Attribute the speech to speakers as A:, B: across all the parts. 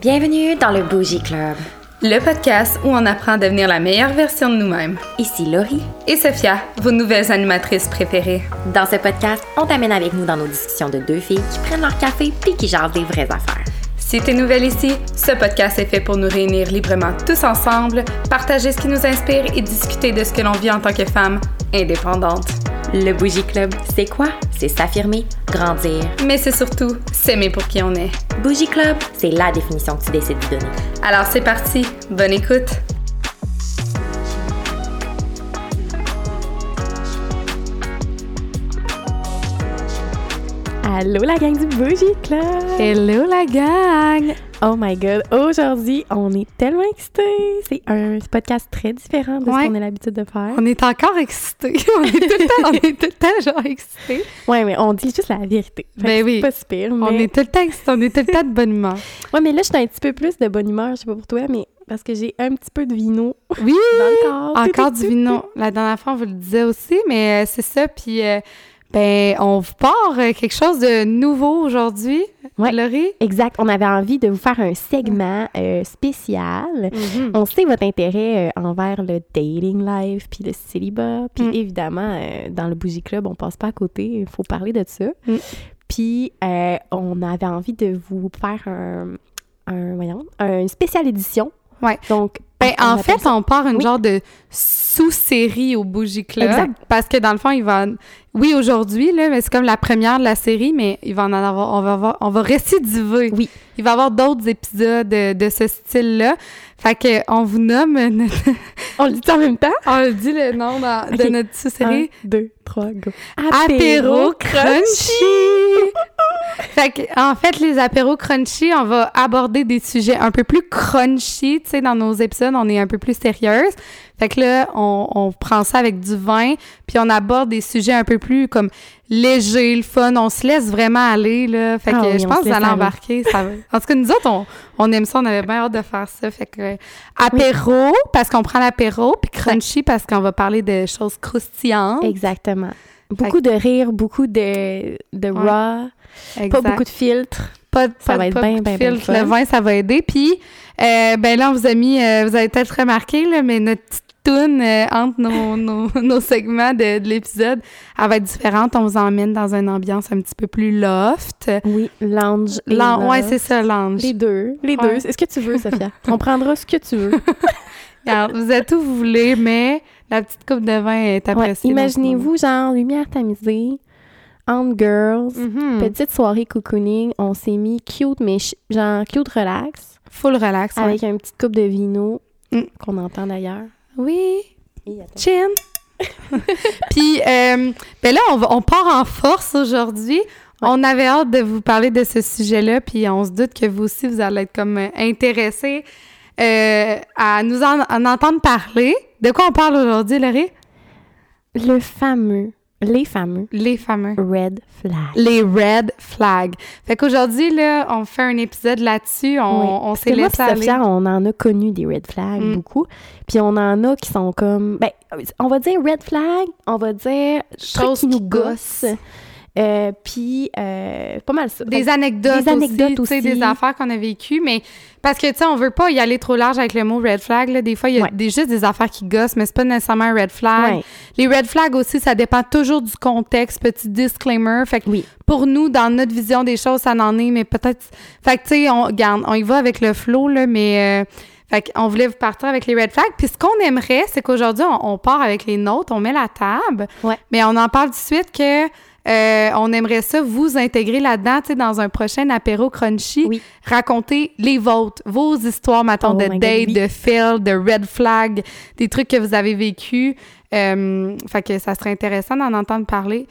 A: Bienvenue dans le Bougie Club.
B: Le podcast où on apprend à devenir la meilleure version de nous-mêmes.
A: Ici Laurie.
B: Et Sophia, vos nouvelles animatrices préférées.
A: Dans ce podcast, on t'amène avec nous dans nos discussions de deux filles qui prennent leur café puis qui jasent des vraies affaires.
B: Si t'es nouvelle ici, ce podcast est fait pour nous réunir librement tous ensemble, partager ce qui nous inspire et discuter de ce que l'on vit en tant que femme indépendante.
A: Le Bougie Club, c'est quoi? C'est s'affirmer, grandir.
B: Mais c'est surtout s'aimer pour qui on est.
A: Bougie Club, c'est la définition que tu décides de donner.
B: Alors c'est parti, bonne écoute!
C: Allô la gang du Bougie Club!
D: Hello la gang!
C: Oh my god, aujourd'hui, on est tellement excités! C'est un podcast très différent de
D: Ouais.
C: ce qu'on a l'habitude de faire.
D: On est encore excités. on, est tout le temps, on est tout le temps genre excités.
C: Ouais, mais on dit juste la vérité. Fait que
D: Ben
C: c'est
D: oui.
C: pas si pire, mais...
D: On est tout le temps excités. On est tout le temps de bonne humeur.
C: Ouais, mais là, je suis un petit peu plus de bonne humeur, je sais pas pour toi, mais parce que j'ai un petit peu de vino
D: Oui!
C: dans le corps.
D: Encore du vino. La dernière fois, on vous le disait aussi, mais euh, c'est ça. Puis, euh, ben, on vous part euh, quelque chose de nouveau aujourd'hui,
C: Ouais.
D: Laurie.
C: Exact, on avait envie de vous faire un segment euh, spécial.
D: Mhm.
C: On sait votre intérêt euh, envers le dating life, puis le célibat, puis
D: Mm.
C: évidemment, euh, dans le Bougie Club, on passe pas à côté, il faut parler de ça.
D: Mm.
C: Puis, euh, on avait envie de vous faire un, un- voyons, une spéciale édition.
D: Ouais.
C: Donc,
D: Ben,
C: on
D: en
C: appelle
D: fait, on part une
C: Oui.
D: genre de sous-série au Bougie Club.
C: Exact.
D: Parce que dans le fond, il va. en- Oui, aujourd'hui, là, mais c'est comme la première de la série, mais il va en avoir. On va, avoir- on va récidiver.
C: Oui.
D: Il va y avoir d'autres épisodes de, de ce style-là. Fait que on vous nomme. notre-
C: on le dit en même temps.
D: on dit le nom dans- de
C: Ok.
D: notre
C: Un,
D: sous-série.
C: deux, trois, go.
D: Apéro Crunchy! fait que, en fait, les apéros crunchy, on va aborder des sujets un peu plus crunchy, tu sais, dans nos épisodes, on est un peu plus sérieuse. Fait que là, on, on prend ça avec du vin, puis on aborde des sujets un peu plus comme légers, le fun, on se laisse vraiment aller, là. Fait que
C: Ah oui,
D: je
C: on
D: pense
C: se
D: que vous
C: laisse
D: allez
C: aller.
D: embarquer, ça va. En tout cas, nous autres, on, on aime ça, on avait bien hâte de faire ça. Fait que euh, apéro, parce qu'on prend l'apéro, puis crunchy, parce qu'on va parler de choses croustillantes.
C: Exactement. Beaucoup de rire, beaucoup de, de raw, pas
D: Exact.
C: beaucoup de filtres.
D: pas de,
C: Ça
D: pas
C: va
D: de-
C: être
D: pas
C: bien,
D: beaucoup de
C: bien, bien le
D: filtre.
C: fun.
D: Le vin, ça va aider. Puis, euh, ben là, on vous a mis, euh, vous avez peut-être remarqué, là, mais notre petite toune euh, entre nos, nos, nos segments de, de l'épisode, elle va être différente. On vous emmène dans une ambiance un petit peu plus loft.
C: Oui, lounge. et
D: Lan- ouais,
C: love.
D: c'est ça, l'ange.
C: Les deux. Les
D: Ouais.
C: deux. Est-ce que tu veux, Sophia? On prendra ce que tu veux.
D: Regarde, vous êtes où vous voulez, mais la petite coupe de vin est
C: Ouais,
D: appréciée. dans ce
C: Imaginez-vous, genre, lumière tamisée, on girls,
D: moment. Mhm.
C: petite soirée cocooning. On s'est mis cute, mais ch- genre cute relax,
D: Full relax. ouais.
C: avec une petite coupe de vino
D: Mm.
C: qu'on entend d'ailleurs.
D: Oui.
C: Et attends.
D: Chin! Puis, euh, ben là, on, va- on part en force aujourd'hui. On avait hâte de vous parler de ce sujet-là, puis on se doute que vous aussi, vous allez être comme euh, intéressés euh, à nous en, en entendre parler. De quoi on parle aujourd'hui, Laurie?
C: Le fameux, les fameux
D: Les fameux.
C: red flags.
D: Les red flags. Fait qu'aujourd'hui, là, on fait un épisode là-dessus. On,
C: Oui.
D: on
C: Parce
D: s'est
C: que moi
D: laissé
C: puis
D: aller.
C: Sophia, on en a connu des red flags
D: Mm.
C: beaucoup. Puis on en a qui sont comme... Ben, on va dire red flag, on va dire trucs
D: Choses
C: qui nous
D: qui
C: gossent.
D: gossent.
C: Euh, puis euh, pas mal ça. Fait
D: Des
C: que-
D: anecdotes,
C: des anecdotes
D: aussi, tu sais,
C: aussi.
D: des affaires qu'on a vécues, mais parce que, tu sais, on veut pas y aller trop large avec le mot red flag. Là. Des fois, il y a
C: Ouais.
D: des, juste des affaires qui gossent, mais c'est pas nécessairement un red flag.
C: Ouais.
D: Les red flags aussi, ça dépend toujours du contexte, petit disclaimer. Fait que
C: Oui.
D: pour nous, dans notre vision des choses, ça n'en est, mais peut-être... Fait que, tu sais, on, garde, on y va avec le flow, là, mais... euh, fait qu'on voulait vous partir avec les red flags. Puis ce qu'on aimerait, c'est qu'aujourd'hui, on, on part avec les nôtres, on met la table.
C: Ouais.
D: Mais on en parle tout de suite que euh, on aimerait ça vous intégrer là-dedans, tu sais, dans un prochain apéro crunchy.
C: Oui.
D: Raconter les vôtres, vos histoires, mettons,
C: Oh
D: de
C: my God,
D: date,
C: oui.
D: de fail, de red flag, des trucs que vous avez vécu. Euh, fait que ça serait intéressant d'en entendre parler.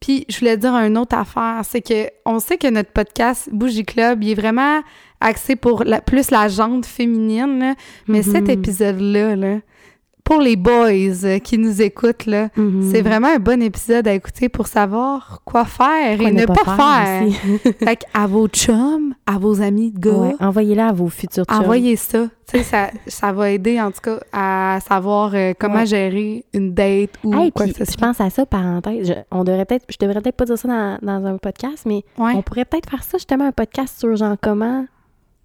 D: Puis je voulais dire une autre affaire, c'est que on sait que notre podcast Bougie Club, il est vraiment axé pour la- plus la jante féminine, là. mais
C: Mhm.
D: cet épisode-là, là, pour les boys euh, qui nous écoutent, là,
C: Mhm.
D: c'est vraiment un bon épisode à écouter pour savoir quoi faire
C: Pourquoi
D: et ne pas, faire.
C: aussi?
D: fait que à vos chums, à vos amis de gars,
C: Ouais, Envoyez-la à vos futurs chums.
D: envoyez ça. Tu sais, ça, ça va aider en tout cas à savoir euh, comment
C: Ouais.
D: gérer une date ou
C: Hey,
D: quoi
C: puis,
D: que ce
C: je
D: soit.
C: pense à ça, parenthèse. Je, on devrait peut-être, je devrais peut-être pas dire ça dans, dans un podcast, mais
D: Ouais.
C: on pourrait peut-être faire ça justement un podcast sur genre comment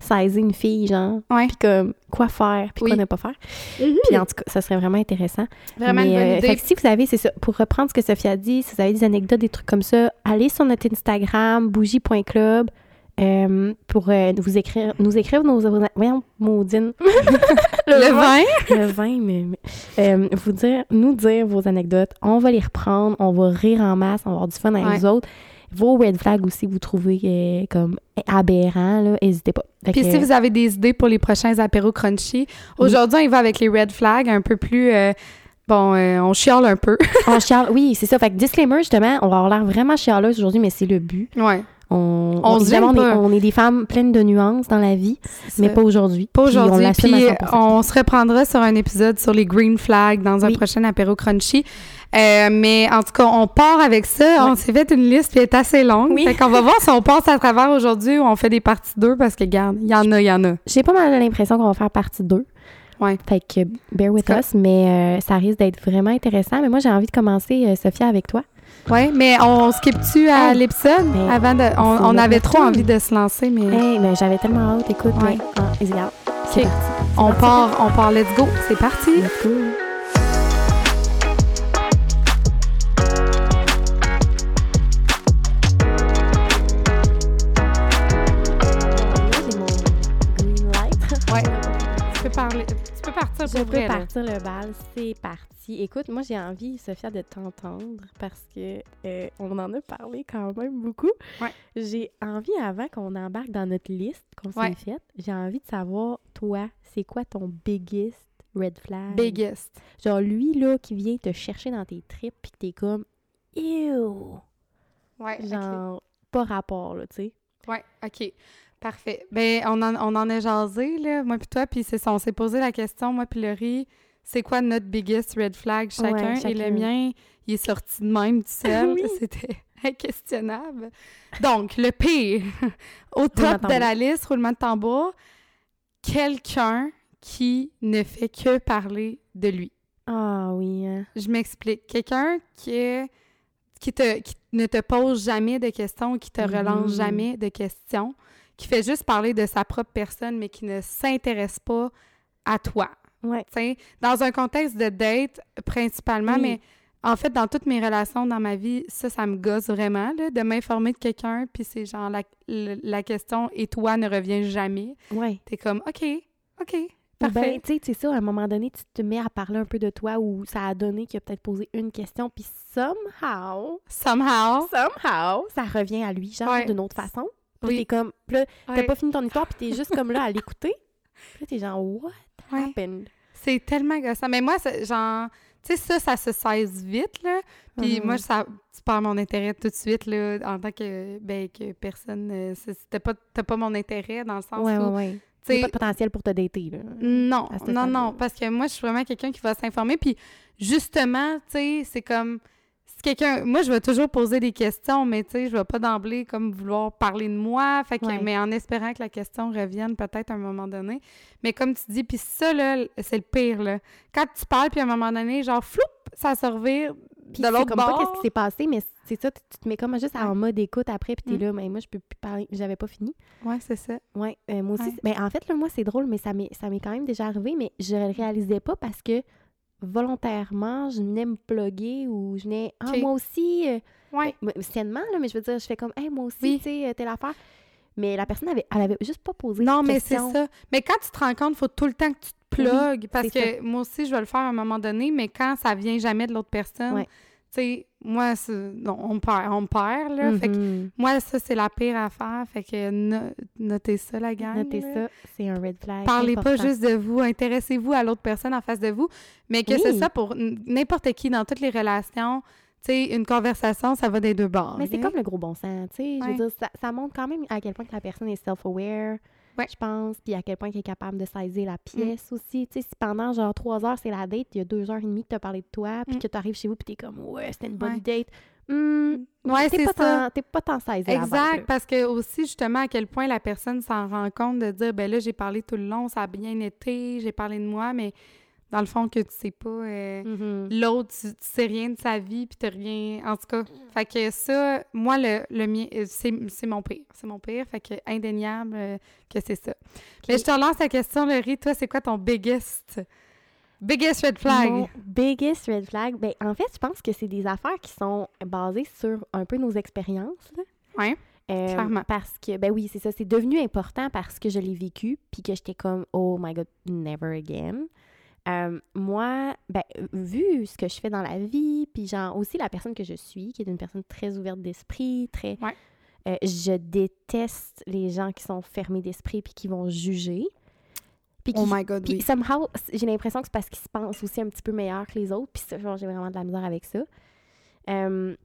C: sizer une fille, genre.
D: Ouais.
C: Puis comme, quoi faire, puis
D: Oui.
C: quoi ne pas faire. Puis en tout cas, ça serait vraiment intéressant.
D: Vraiment une
C: Mais,
D: bonne
C: euh,
D: idée.
C: fait que si vous avez, c'est ça, pour reprendre ce que Sophie a dit, si vous avez des anecdotes, des trucs comme ça, allez sur notre Instagram, bougie.club, euh, pour euh, vous écrire, nous écrire nos... vos- Voyons, Maudine.
D: le vin.
C: Le vin, mais... mais- euh, vous dire, nous dire vos anecdotes. On va les reprendre, on va rire en masse, on va avoir du fun avec
D: Ouais.
C: vous autres. Vos red flags aussi, vous trouvez euh, comme aberrants, là, n'hésitez pas. Fait
D: Puis
C: que,
D: si vous avez des idées pour les prochains apéros crunchy, aujourd'hui, on y va avec les red flags, un peu plus... euh, bon, euh, on chiale un peu.
C: on chiale- oui, c'est ça. Fait que disclaimer, justement, on va avoir l'air vraiment chialeuse aujourd'hui, mais c'est le but.
D: ouais.
C: On,
D: On se
C: évidemment,
D: gêne
C: on est,
D: pas.
C: on est des femmes pleines de nuances dans la vie, mais pas aujourd'hui.
D: Pas
C: Puis On
D: aujourd'hui.
C: l'assume
D: Puis euh,
C: à 100%.
D: on se reprendra sur un épisode sur les green flags dans un
C: Oui.
D: prochain apéro crunchy. Euh, mais en tout cas, on part avec ça. On s'est fait une liste, puis elle est assez longue.
C: Oui.
D: Fait qu'on va voir si on passe à travers aujourd'hui ou on fait des parties 2 parce que, garde, il y en a, il y en a.
C: J'ai pas mal l'impression qu'on va faire partie 2.
D: Ouais.
C: Fait que bear with
D: C'est
C: us, mais euh, ça risque d'être vraiment intéressant. Mais moi, j'ai envie de commencer, euh, Sophia, avec toi.
D: Ouais, mais on skip-tu à
C: Hey.
D: l'épisode?
C: Ben,
D: Avant de, on,
C: c'est
D: on
C: le
D: avait
C: retour.
D: trop envie de se lancer, mais
C: Hey, ben, j'avais tellement hâte, écoute.
D: Ouais.
C: mais- ah, vas-y, regarde. C'est
D: Ok.
C: parti.
D: on part, on part. Let's go. C'est parti.
C: Let's go. J'ai mon green light.
D: Ouais. Tu peux parler. Tu peux partir
C: Je
D: Ah, pour
C: peux
D: vrai. là.
C: partir le bal, c'est parti. Écoute, moi j'ai envie, Sophia, de t'entendre parce que euh, on en a parlé quand même beaucoup.
D: Ouais.
C: J'ai envie, avant qu'on embarque dans notre liste qu'on s'est
D: Ouais.
C: faite, j'ai envie de savoir, toi, c'est quoi ton biggest red flag?
D: Biggest.
C: Genre lui, là, qui vient te chercher dans tes tripes puis que t'es comme, ew!
D: Ouais. ok.
C: Genre, pas rapport, là, tu sais.
D: Ouais, OK. Parfait. Ben, on en, on en a jasé, là, moi puis toi, puis c'est ça, on s'est posé la question, moi puis Laurie, c'est quoi notre biggest red flag
C: Ouais,
D: chacun? Et le
C: chacune.
D: mien, il est sorti de même tout seul.
C: Oui.
D: C'était inquestionnable. Donc, le pire, au
C: Roulement de
D: top de
C: tambour.
D: la liste, roulement de tambour, quelqu'un qui ne fait que parler de lui.
C: Ah oui. hein.
D: Je m'explique. Quelqu'un qui, est- qui, te, qui ne te pose jamais de questions, qui te relance
C: Mhm.
D: jamais de questions, qui fait juste parler de sa propre personne, mais qui ne s'intéresse pas à toi.
C: Ouais.
D: Tu sais, Dans un contexte de date, principalement,
C: Oui.
D: mais en fait, dans toutes mes relations dans ma vie, ça, ça me gosse vraiment, là, de m'informer de quelqu'un, puis c'est genre la, la, la question « et toi » ne revient jamais.
C: Ouais.
D: T'es comme « OK, OK,
C: Ou ben,
D: parfait.
C: tu sais, c'est ça, à un moment donné, tu te mets à parler un peu de toi ou ça a donné qu'il a peut-être posé une question, puis somehow,
D: Somehow.
C: somehow, ça revient à lui, genre,
D: Oh. Ouais.
C: d'une autre façon. Puis
D: Oui.
C: t'es comme, puis là, t'as
D: Ouais.
C: pas fini ton histoire, puis t'es juste comme là à l'écouter. Puis là, t'es genre, what
D: Ouais.
C: happened?
D: C'est tellement gossant. Mais moi, ça- genre, tu sais, ça, ça se saisit vite, là. Puis
C: Mhm.
D: moi, ça, tu perds mon intérêt tout de suite, là, en tant que, ben, que personne. euh, c'est- c'est- T'as pas, t'as pas mon intérêt dans le sens
C: Ouais, ouais,
D: où,
C: ouais.
D: tu
C: T'as
D: sais,
C: pas de potentiel pour te dater, là.
D: non,
C: à ce
D: non,
C: stade-là.
D: non, parce que moi, je suis vraiment quelqu'un qui va s'informer. Puis justement, tu sais, c'est comme, si quelqu'un, moi, je vais toujours poser des questions, mais tu sais, je vais pas d'emblée comme vouloir parler de moi, fait que,
C: Ouais.
D: mais en espérant que la question revienne peut-être à un moment donné. Mais comme tu dis, puis ça, là, c'est le pire, là. Quand tu parles, puis à un moment donné, genre, floup, ça se revire
C: Puis
D: de
C: c'est
D: l'autre
C: comme
D: bord.
C: pas qu'est-ce qui s'est passé, mais c'est ça, tu tu te mets comme juste en mode écoute après, puis t'es
D: Mm.
C: là, mais moi, je peux plus parler, j'avais pas fini.
D: Ouais, c'est ça.
C: Oui, moi aussi.
D: Ouais.
C: c'est- ben, en fait, là, moi, c'est drôle, mais ça m'est ça m'est quand même déjà arrivé, mais je le réalisais pas parce que volontairement, je venais me plugger ou je venais Ah,
D: Ok.
C: moi aussi, euh,
D: Ouais.
C: ben, sainement, là, mais je veux dire, je fais comme Hey, moi aussi,
D: Oui.
C: tu sais, euh, telle affaire. Mais la personne avait, elle avait juste pas posé
D: Non,
C: de
D: mais c'est
C: questions.
D: ça. Mais quand tu te rends compte, il faut tout le temps que tu te
C: Oui,
D: plugues. parce
C: c'est
D: que moi aussi, je vais le faire à un moment donné, mais quand ça vient jamais de l'autre personne,
C: Ouais.
D: tu sais, moi, c'est- non, on me perd, on me perd, là. Fait que
C: Mhm.
D: moi, ça, c'est la pire affaire. Fait que no- notez ça, la gang.
C: Notez
D: là.
C: ça, c'est un red flag.
D: Parlez pas
C: important.
D: juste de vous, intéressez-vous à l'autre personne en face de vous, mais que c'est
C: Oui.
D: ça pour n- n'importe qui dans toutes les relations. Tu sais, une conversation, ça va des deux bords.
C: Mais c'est
D: ok?
C: comme le gros bon sens, tu sais. Je
D: Ouais.
C: veux dire, ça, ça montre quand même à quel point que la personne est self-aware,
D: Ouais. Mm.
C: je pense, puis à quel point qu'elle est capable de saisir la pièce aussi. Tu sais, si pendant genre trois heures, c'est la date, il y a deux heures et demie que t'as parlé de toi, puis
D: Mm.
C: que t'arrives chez vous, puis t'es comme, ouais, c'était une bonne
D: Ouais.
C: date. Hum,
D: Ouais,
C: t'es
D: c'est
C: pas
D: ça.
C: tant- T'es pas tant saisi.
D: Exact, parce que aussi, justement, à quel point la personne s'en rend compte de dire, ben là, j'ai parlé tout le long, ça a bien été, j'ai parlé de moi, mais Dans le fond, que tu sais pas. euh,
C: Mhm.
D: L'autre, tu, tu sais rien de sa vie, puis t'as rien. En tout cas,
C: Mm.
D: fait que ça, moi, le, le mien, euh, c'est c'est mon pire. C'est mon pire. Fait que indéniable euh, que c'est ça. Mais je te relance la question, Laurie. Toi, c'est quoi ton biggest, biggest red flag?
C: Mon biggest red flag, ben en fait, je pense que c'est des affaires qui sont basées sur un peu nos expériences. là.
D: Ouais,
C: Euh,
D: clairement.
C: Parce que, ben oui, c'est ça, c'est devenu important parce que je l'ai vécu, puis que j'étais comme, oh my god, never again. Euh, moi, ben, vu ce que je fais dans la vie, puis genre aussi la personne que je suis, qui est une personne très ouverte d'esprit, très.
D: Ouais.
C: Euh, je déteste les gens qui sont fermés d'esprit puis qui vont juger. Puis
D: Oh
C: qui-
D: my God,
C: puis
D: oui.
C: somehow, c- j'ai l'impression que c'est parce qu'ils se pensent aussi un petit peu meilleurs que les autres. Puis ça, genre, j'ai vraiment de la misère avec ça. Euh,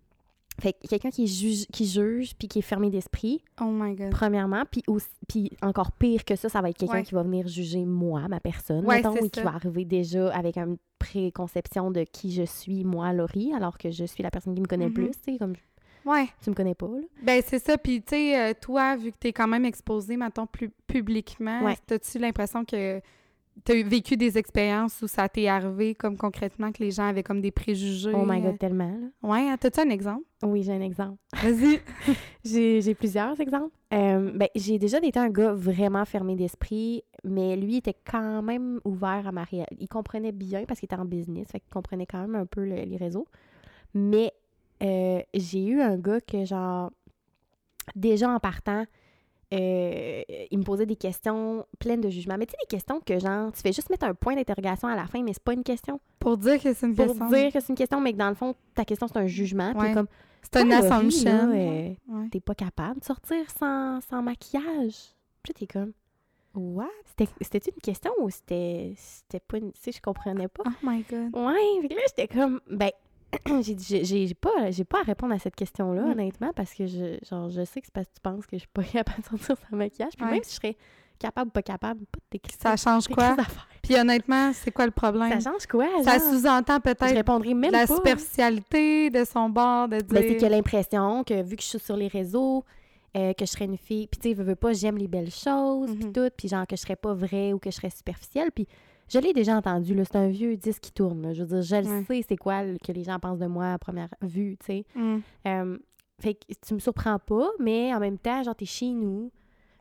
C: fait que quelqu'un qui juge, qui juge, puis qui est fermé d'esprit,
D: Oh my God.
C: premièrement, puis aussi- puis encore pire que ça, ça va être quelqu'un
D: Ouais.
C: qui va venir juger moi, ma personne,
D: Ouais,
C: mettons,
D: c'est
C: et qui
D: ça.
C: va arriver déjà avec une préconception de qui je suis, moi, Laurie, alors que je suis la personne qui me connaît
D: Mhm.
C: le plus, tu sais, comme
D: Ouais.
C: tu me connais pas, là.
D: Ben, c'est ça. Puis, tu sais, euh, toi, vu que t'es quand même exposée, maintenant plus publiquement,
C: Ouais.
D: t'as-tu l'impression que t'as eu- vécu des expériences où ça t'est arrivé, comme concrètement, que les gens avaient comme des préjugés?
C: Oh my god, tellement, là.
D: euh? Ouais, hein? t'as-tu un exemple?
C: Oui, j'ai un exemple.
D: Vas-y.
C: J'ai j'ai plusieurs exemples. Euh, ben, j'ai déjà été un gars vraiment fermé d'esprit, mais lui était quand même ouvert à ma réalité. Il comprenait bien parce qu'il était en business, fait qu'il comprenait quand même un peu le- les réseaux. Mais euh, j'ai eu un gars que, genre, déjà en partant, euh, il me posait des questions pleines de jugement. Mais tu sais, des questions que, genre, tu fais juste mettre un point d'interrogation à la fin, mais c'est pas une question.
D: Pour dire que c'est une
C: Pour
D: question.
C: dire que c'est une question, mais que dans le fond, ta question, c'est un jugement. Puis
D: Ouais.
C: comme,
D: C'est une
C: Ouais, Laurie,
D: assumption.
C: là, euh,
D: Ouais.
C: t'es pas capable de sortir sans, sans maquillage. Puis là, t'es comme,
D: What?
C: c'était- c'était-tu une question ou c'était c'était pas une. Tu sais, je comprenais pas.
D: Oh my God.
C: Ouais, fait que là, j'étais comme, ben, j'ai dit, j'ai- j'ai j'ai pas, j'ai pas à répondre à cette question-là,
D: Mm.
C: honnêtement, parce que je, genre, je sais que c'est parce que tu penses que je suis pas capable de sortir sans maquillage. Puis
D: Ouais.
C: même si je serais capable ou pas capable, pas de tes crises-
D: Ça change
C: tes
D: quoi?
C: crises d'affaires.
D: Puis honnêtement, c'est quoi le
C: Ça
D: problème?
C: change quoi?
D: Ça
C: genre?
D: sous-entend
C: je
D: peut-être
C: répondrai même
D: la
C: pas.
D: superficialité de son bord, de dire...
C: Ben, c'est que l'impression que vu que je suis sur les réseaux, euh, que je serais une fille, puis tu sais, veux, veux pas, j'aime les belles choses, puis
D: Mhm.
C: tout, puis genre que je serais pas vraie ou que je serais superficielle, puis je l'ai déjà entendu, là, c'est un vieux disque qui tourne, là. je veux dire, je le
D: Ouais.
C: sais, c'est quoi le- que les gens pensent de moi à première vue, tu sais.
D: Mm.
C: Euh, fait que tu me surprends pas, mais en même temps, genre, t'es chez nous,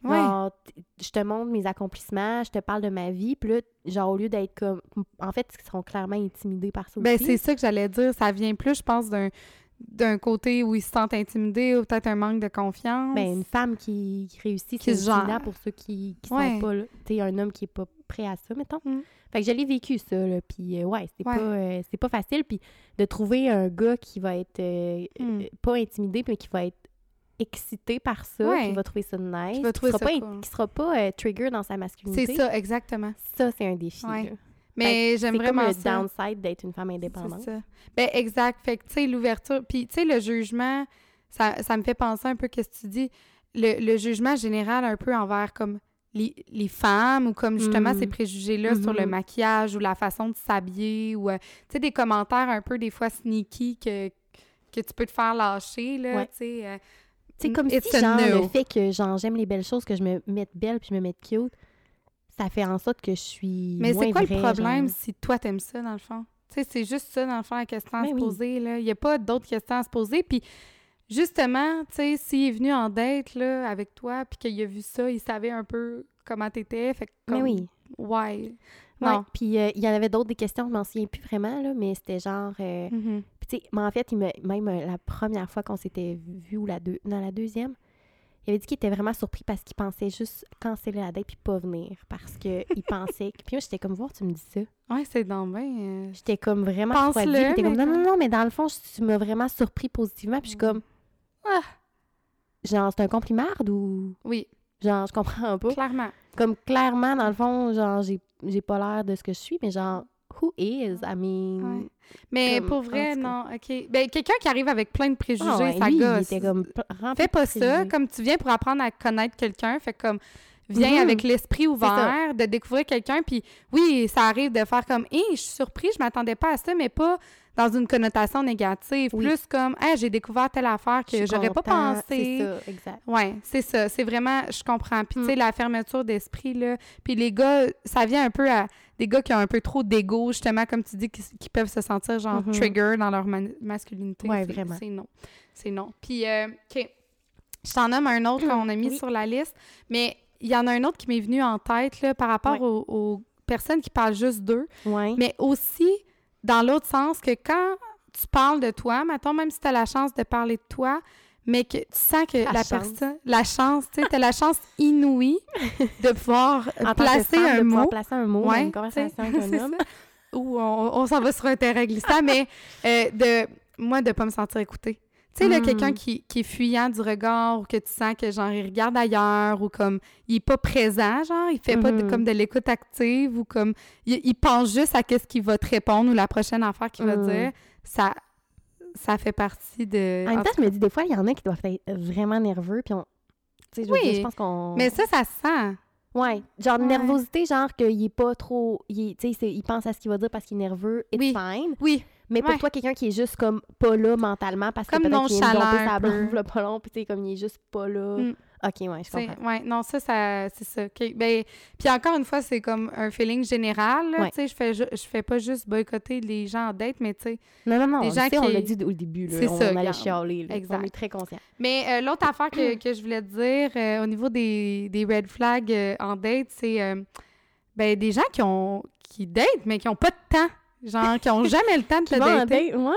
D: Ouais.
C: Genre, t- je te montre mes accomplissements, je te parle de ma vie, puis là, genre, au lieu d'être comme... En fait, ils sont clairement intimidés par ça
D: Ben,
C: aussi.
D: c'est ça que j'allais dire. Ça vient plus, je pense, d'un d'un côté où ils se sentent intimidés ou peut-être un manque de confiance.
C: Ben, une femme qui, qui réussit,
D: Qui
C: c'est
D: se genre.
C: intimidant pour ceux qui, qui
D: Ouais.
C: sont pas là. Tu sais, un homme qui est pas prêt à ça, mettons.
D: Mm.
C: Fait que je l'ai vécu, ça, là. Puis, euh, ouais, c'est
D: Ouais.
C: pas, euh, c'est pas facile. Puis, de trouver un gars qui va être euh,
D: Mm.
C: euh, pas intimidé, mais qui va être excité par ça,
D: Ouais.
C: qui va trouver ça nice,
D: Qui va trouver
C: sera
D: ça
C: pas, in-
D: cool.
C: qui sera pas euh, trigger dans sa masculinité.
D: c'est ça, exactement.
C: Ça, c'est un défi.
D: Ouais.
C: là.
D: Mais
C: Ben, C'est
D: j'aime
C: comme
D: vraiment
C: le
D: ça.
C: downside d'être une femme indépendante.
D: C'est ça. Ben, exact. Fait que, tu sais, l'ouverture. Puis, tu sais, le jugement, ça, ça me fait penser un peu qu'est-ce que tu dis. Le, le jugement général, un peu envers comme les, les femmes ou comme justement
C: Mhm.
D: ces préjugés-là sur le
C: Mhm.
D: maquillage ou la façon de s'habiller ou, euh, tu sais, des commentaires un peu des fois sneaky que, que tu peux te faire lâcher, là.
C: Ouais.
D: Tu sais, euh,
C: C'est comme
D: It's
C: si,
D: a
C: genre,
D: no.
C: le fait que, genre, j'aime les belles choses, que je me mette belle puis je me mette cute, ça fait en sorte que je suis
D: Mais
C: moins
D: c'est quoi
C: vraie,
D: le problème
C: genre.
D: si toi t'aimes ça dans le fond Tu sais, c'est juste ça dans le fond la question à
C: Ben
D: se
C: oui.
D: poser là. Il y a pas d'autres questions à se poser. Puis justement, tu sais, s'il est venu en date là avec toi, puis qu'il a vu ça, il savait un peu comment t'étais. Fait que comme,
C: Mais Ben oui.
D: Ouais.
C: Ouais.
D: Non.
C: Puis euh, il y en avait d'autres des questions, je m'en souviens plus vraiment, là, mais c'était genre... euh,
D: Mhm.
C: puis tu sais, mais en fait, il me, même euh, la première fois qu'on s'était vu, ou la deux, non, la deuxième, il avait dit qu'il était vraiment surpris parce qu'il pensait juste canceller la date puis pas venir, parce qu'il pensait... que- Puis moi, j'étais comme, voir, tu me dis ça.
D: Ouais, c'est dans ben. euh,
C: J'étais comme vraiment
D: Pense-le,
C: refroidie. puis J'étais comme, non,
D: mais-
C: non, non, mais Mm. dans le fond, je- tu m'as vraiment surpris positivement. Puis je suis comme,
D: Ah.
C: Genre, c'est un compliment ou.
D: Oui,
C: Genre, je comprends pas.
D: clairement.
C: Comme clairement, dans le fond, genre, j'ai j'ai pas l'air de ce que je suis, mais genre, who is? I mean.
D: Ouais. Mais
C: Comme,
D: pour
C: en
D: vrai,
C: tout cas.
D: non. OK. Ben quelqu'un qui arrive avec plein de préjugés,
C: Ah ouais,
D: ça
C: lui, il
D: gosse.
C: était comme. rempli
D: Fais
C: de
D: pas ça.
C: préjugés.
D: Comme tu viens pour apprendre à connaître quelqu'un, fait comme vient
C: Mhm.
D: avec l'esprit
C: ça.
D: ouvert, de découvrir quelqu'un. Puis oui, ça arrive de faire comme, hé, je suis surpris, je m'attendais pas à ça, mais pas dans une connotation négative.
C: Oui.
D: Plus comme, hé, j'ai découvert telle affaire
C: Je
D: que
C: suis
D: j'aurais pas
C: content,
D: pensé.
C: C'est ça, exact.
D: Ouais, c'est ça. C'est vraiment, je comprends. Puis, tu
C: Mm.
D: sais, la fermeture d'esprit, là. Puis, les gars, ça vient un peu à des gars qui ont un peu trop d'ego, justement, comme tu dis, qui, qui peuvent se sentir, genre,
C: Mhm.
D: trigger dans leur man- masculinité.
C: Ouais,
D: C'est-
C: vraiment.
D: C'est non. C'est non. Puis, euh, OK. Je t'en nomme un autre qu'on a mis
C: Mm. Oui.
D: sur la liste, mais il y en a un autre qui m'est venu en tête, là, par rapport
C: Ouais.
D: aux, aux personnes qui parlent juste d'eux.
C: Ouais.
D: Mais aussi, dans l'autre sens, que quand tu parles de toi, mettons, même si tu as la chance de parler de toi, mais que tu sens que
C: La
D: la,
C: chance.
D: personne, la chance, tu sais, t'as la chance inouïe de pouvoir
C: En tant que
D: placer
C: femme, de
D: un
C: pouvoir
D: mot.
C: placer un mot dans
D: Ouais,
C: une conversation
D: t'sais,
C: avec un
D: c'est
C: homme.
D: Ou on, on s'en va sur un terrain glissant, mais euh, de, moi, de pas me sentir écoutée. Tu sais, là,
C: Mm.
D: quelqu'un qui, qui est fuyant du regard ou que tu sens que, genre, il regarde ailleurs ou comme, il est pas présent, genre, il fait pas de-
C: Mhm.
D: comme de l'écoute active ou comme, il, il pense juste à qu'est-ce qu'il va te répondre ou la prochaine affaire qu'il va
C: Mm.
D: dire. Ça, ça fait partie de...
C: En même
D: en
C: temps, je me dis, des fois, il y en a qui doivent être vraiment nerveux, puis on... Tu sais, je, veux
D: Oui.
C: dire, je pense qu'on...
D: Mais ça, ça se sent.
C: Ouais, genre
D: Ouais.
C: nervosité, genre qu'il est pas trop... Il, est- tu sais, c'est- il pense à ce qu'il va dire parce qu'il est nerveux, it's
D: Oui.
C: fine.
D: Oui.
C: Mais pour
D: Ouais.
C: toi, quelqu'un qui est juste comme pas là mentalement parce que
D: Comme
C: peut-être qu'il vient de
D: nonchalant
C: domper
D: un
C: sa
D: peu.
C: blonde, là, pas long, puis tu sais, comme il est juste pas là.
D: Mm.
C: OK, ouais, je
D: C'est-
C: comprends.
D: Ouais, non, ça, ça c'est ça. OK. Ben, puis encore une fois, c'est comme un feeling général. là.
C: Ouais.
D: Tu sais, je fais, ju- je fais pas juste boycotter les gens en date, mais tu sais.
C: Non, non, non,
D: Des
C: on, le
D: gens
C: sait, on
D: qui-
C: l'a dit au début, là,
D: C'est
C: on
D: ça,
C: allait
D: regarde.
C: chialer, là, on
D: Exact.
C: est très conscients.
D: Mais euh, l'autre affaire que, que je voulais te dire euh, au niveau des, des red flags euh, en date, c'est euh, ben, des gens qui ont qui datent, mais qui ont pas de temps. Genre, qui ont jamais le temps de te
C: Bon,
D: dater.
C: ben, ouais.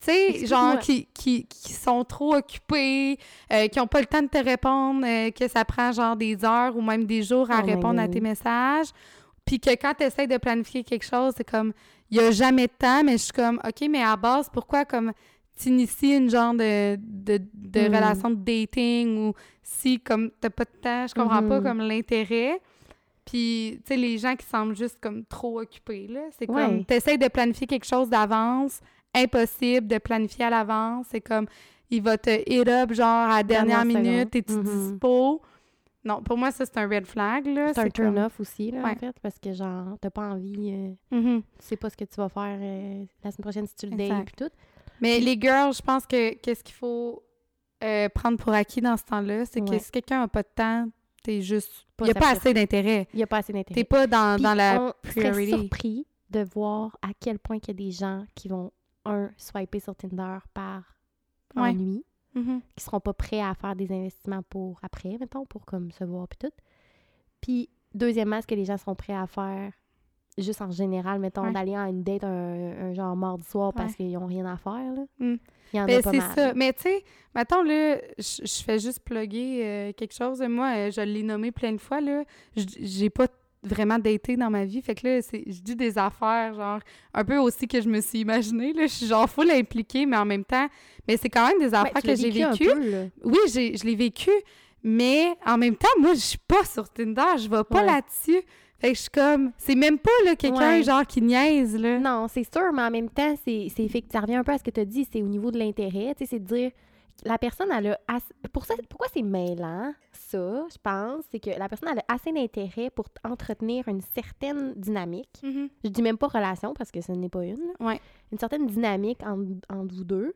D: Tu sais,
C: Excuse-moi.
D: genre qui, qui, qui sont trop occupés, euh, qui n'ont pas le temps de te répondre, euh, que ça prend genre des heures ou même des jours à
C: Oh my
D: répondre à
C: God.
D: tes messages. Puis que quand tu essaies de planifier quelque chose, c'est comme, il n'y a jamais de temps, mais je suis comme, OK, mais à base, pourquoi comme t'inities une genre de, de, de
C: Mm.
D: relation de dating ou si comme t'as pas de temps, je comprends pas
C: Mhm.
D: comme l'intérêt. Puis, tu sais, les gens qui semblent juste comme trop occupés, là, c'est
C: Ouais.
D: comme, t'essayes de planifier quelque chose d'avance, impossible de planifier à l'avance, c'est comme, il va te hit up, genre, à la dernière,
C: Dernière seconde.
D: minute, t'es-tu
C: Mhm.
D: dispo? Non, pour moi, ça, c'est un red flag, là.
C: C'est un
D: comme-
C: turn-off aussi, là, en
D: Ouais.
C: fait, parce que genre, t'as pas envie... euh,
D: Mhm.
C: tu sais pas ce que tu vas faire euh, la semaine prochaine si tu le dates
D: Exact.
C: puis tout.
D: Mais les girls, je pense que qu'est-ce qu'il faut euh, prendre pour acquis dans ce temps-là, c'est que
C: Ouais.
D: si quelqu'un n'a pas de temps, t'es juste.
C: Pas
D: Il n'y a pas
C: accepté.
D: assez d'intérêt.
C: Il y a pas assez
D: T'es
C: d'intérêt.
D: pas dans,
C: Puis
D: Ah, dans la.
C: on serait
D: priority.
C: surpris de voir à quel point qu'il y a des gens qui vont un swiper sur Tinder par
D: Ouais.
C: ennui,
D: Mhm.
C: qui seront pas prêts à faire des investissements pour après, mettons, pour comme se voir puis tout. Puis deuxièmement, ce que les gens seront prêts à faire juste en général, mettons,
D: Ouais.
C: d'aller à une date un, un genre mardi soir parce qu'ils n'ont rien à faire, là.
D: Mm.
C: Il y en
D: Ben,
C: a pas
D: c'est
C: mal.
D: ça. Mais tu sais, mettons, là, je je fais juste plugger euh, quelque chose. Moi, euh, je l'ai nommé plein de fois, là. J- J'ai pas vraiment daté dans ma vie. Fait que là, c'est- je dis des affaires, genre, un peu aussi que je me suis imaginé, là. Je suis genre full impliquée, mais en même temps, mais c'est quand même des
C: Ben,
D: affaires
C: tu
D: que
C: l'as
D: j'ai
C: un
D: vécues.
C: peu, là.
D: oui, j'ai- je l'ai vécu, mais en même temps, moi, je suis pas sur Tinder, je vais pas
C: Ouais.
D: là-dessus. Fait que je suis comme, c'est même pas là quelqu'un
C: Ouais.
D: genre qui niaise là.
C: Non, c'est sûr, mais en même temps, c'est c'est fait que ça revient un peu à ce que tu as dit, c'est au niveau de l'intérêt, tu sais, c'est de dire la personne elle a ass- pour ça pourquoi c'est mêlant ça, je pense, c'est que la personne elle a assez d'intérêt pour t- entretenir une certaine dynamique.
D: Mhm.
C: Je dis même pas relation parce que ce n'est pas une. là.
D: Ouais.
C: Une certaine dynamique entre, entre vous deux,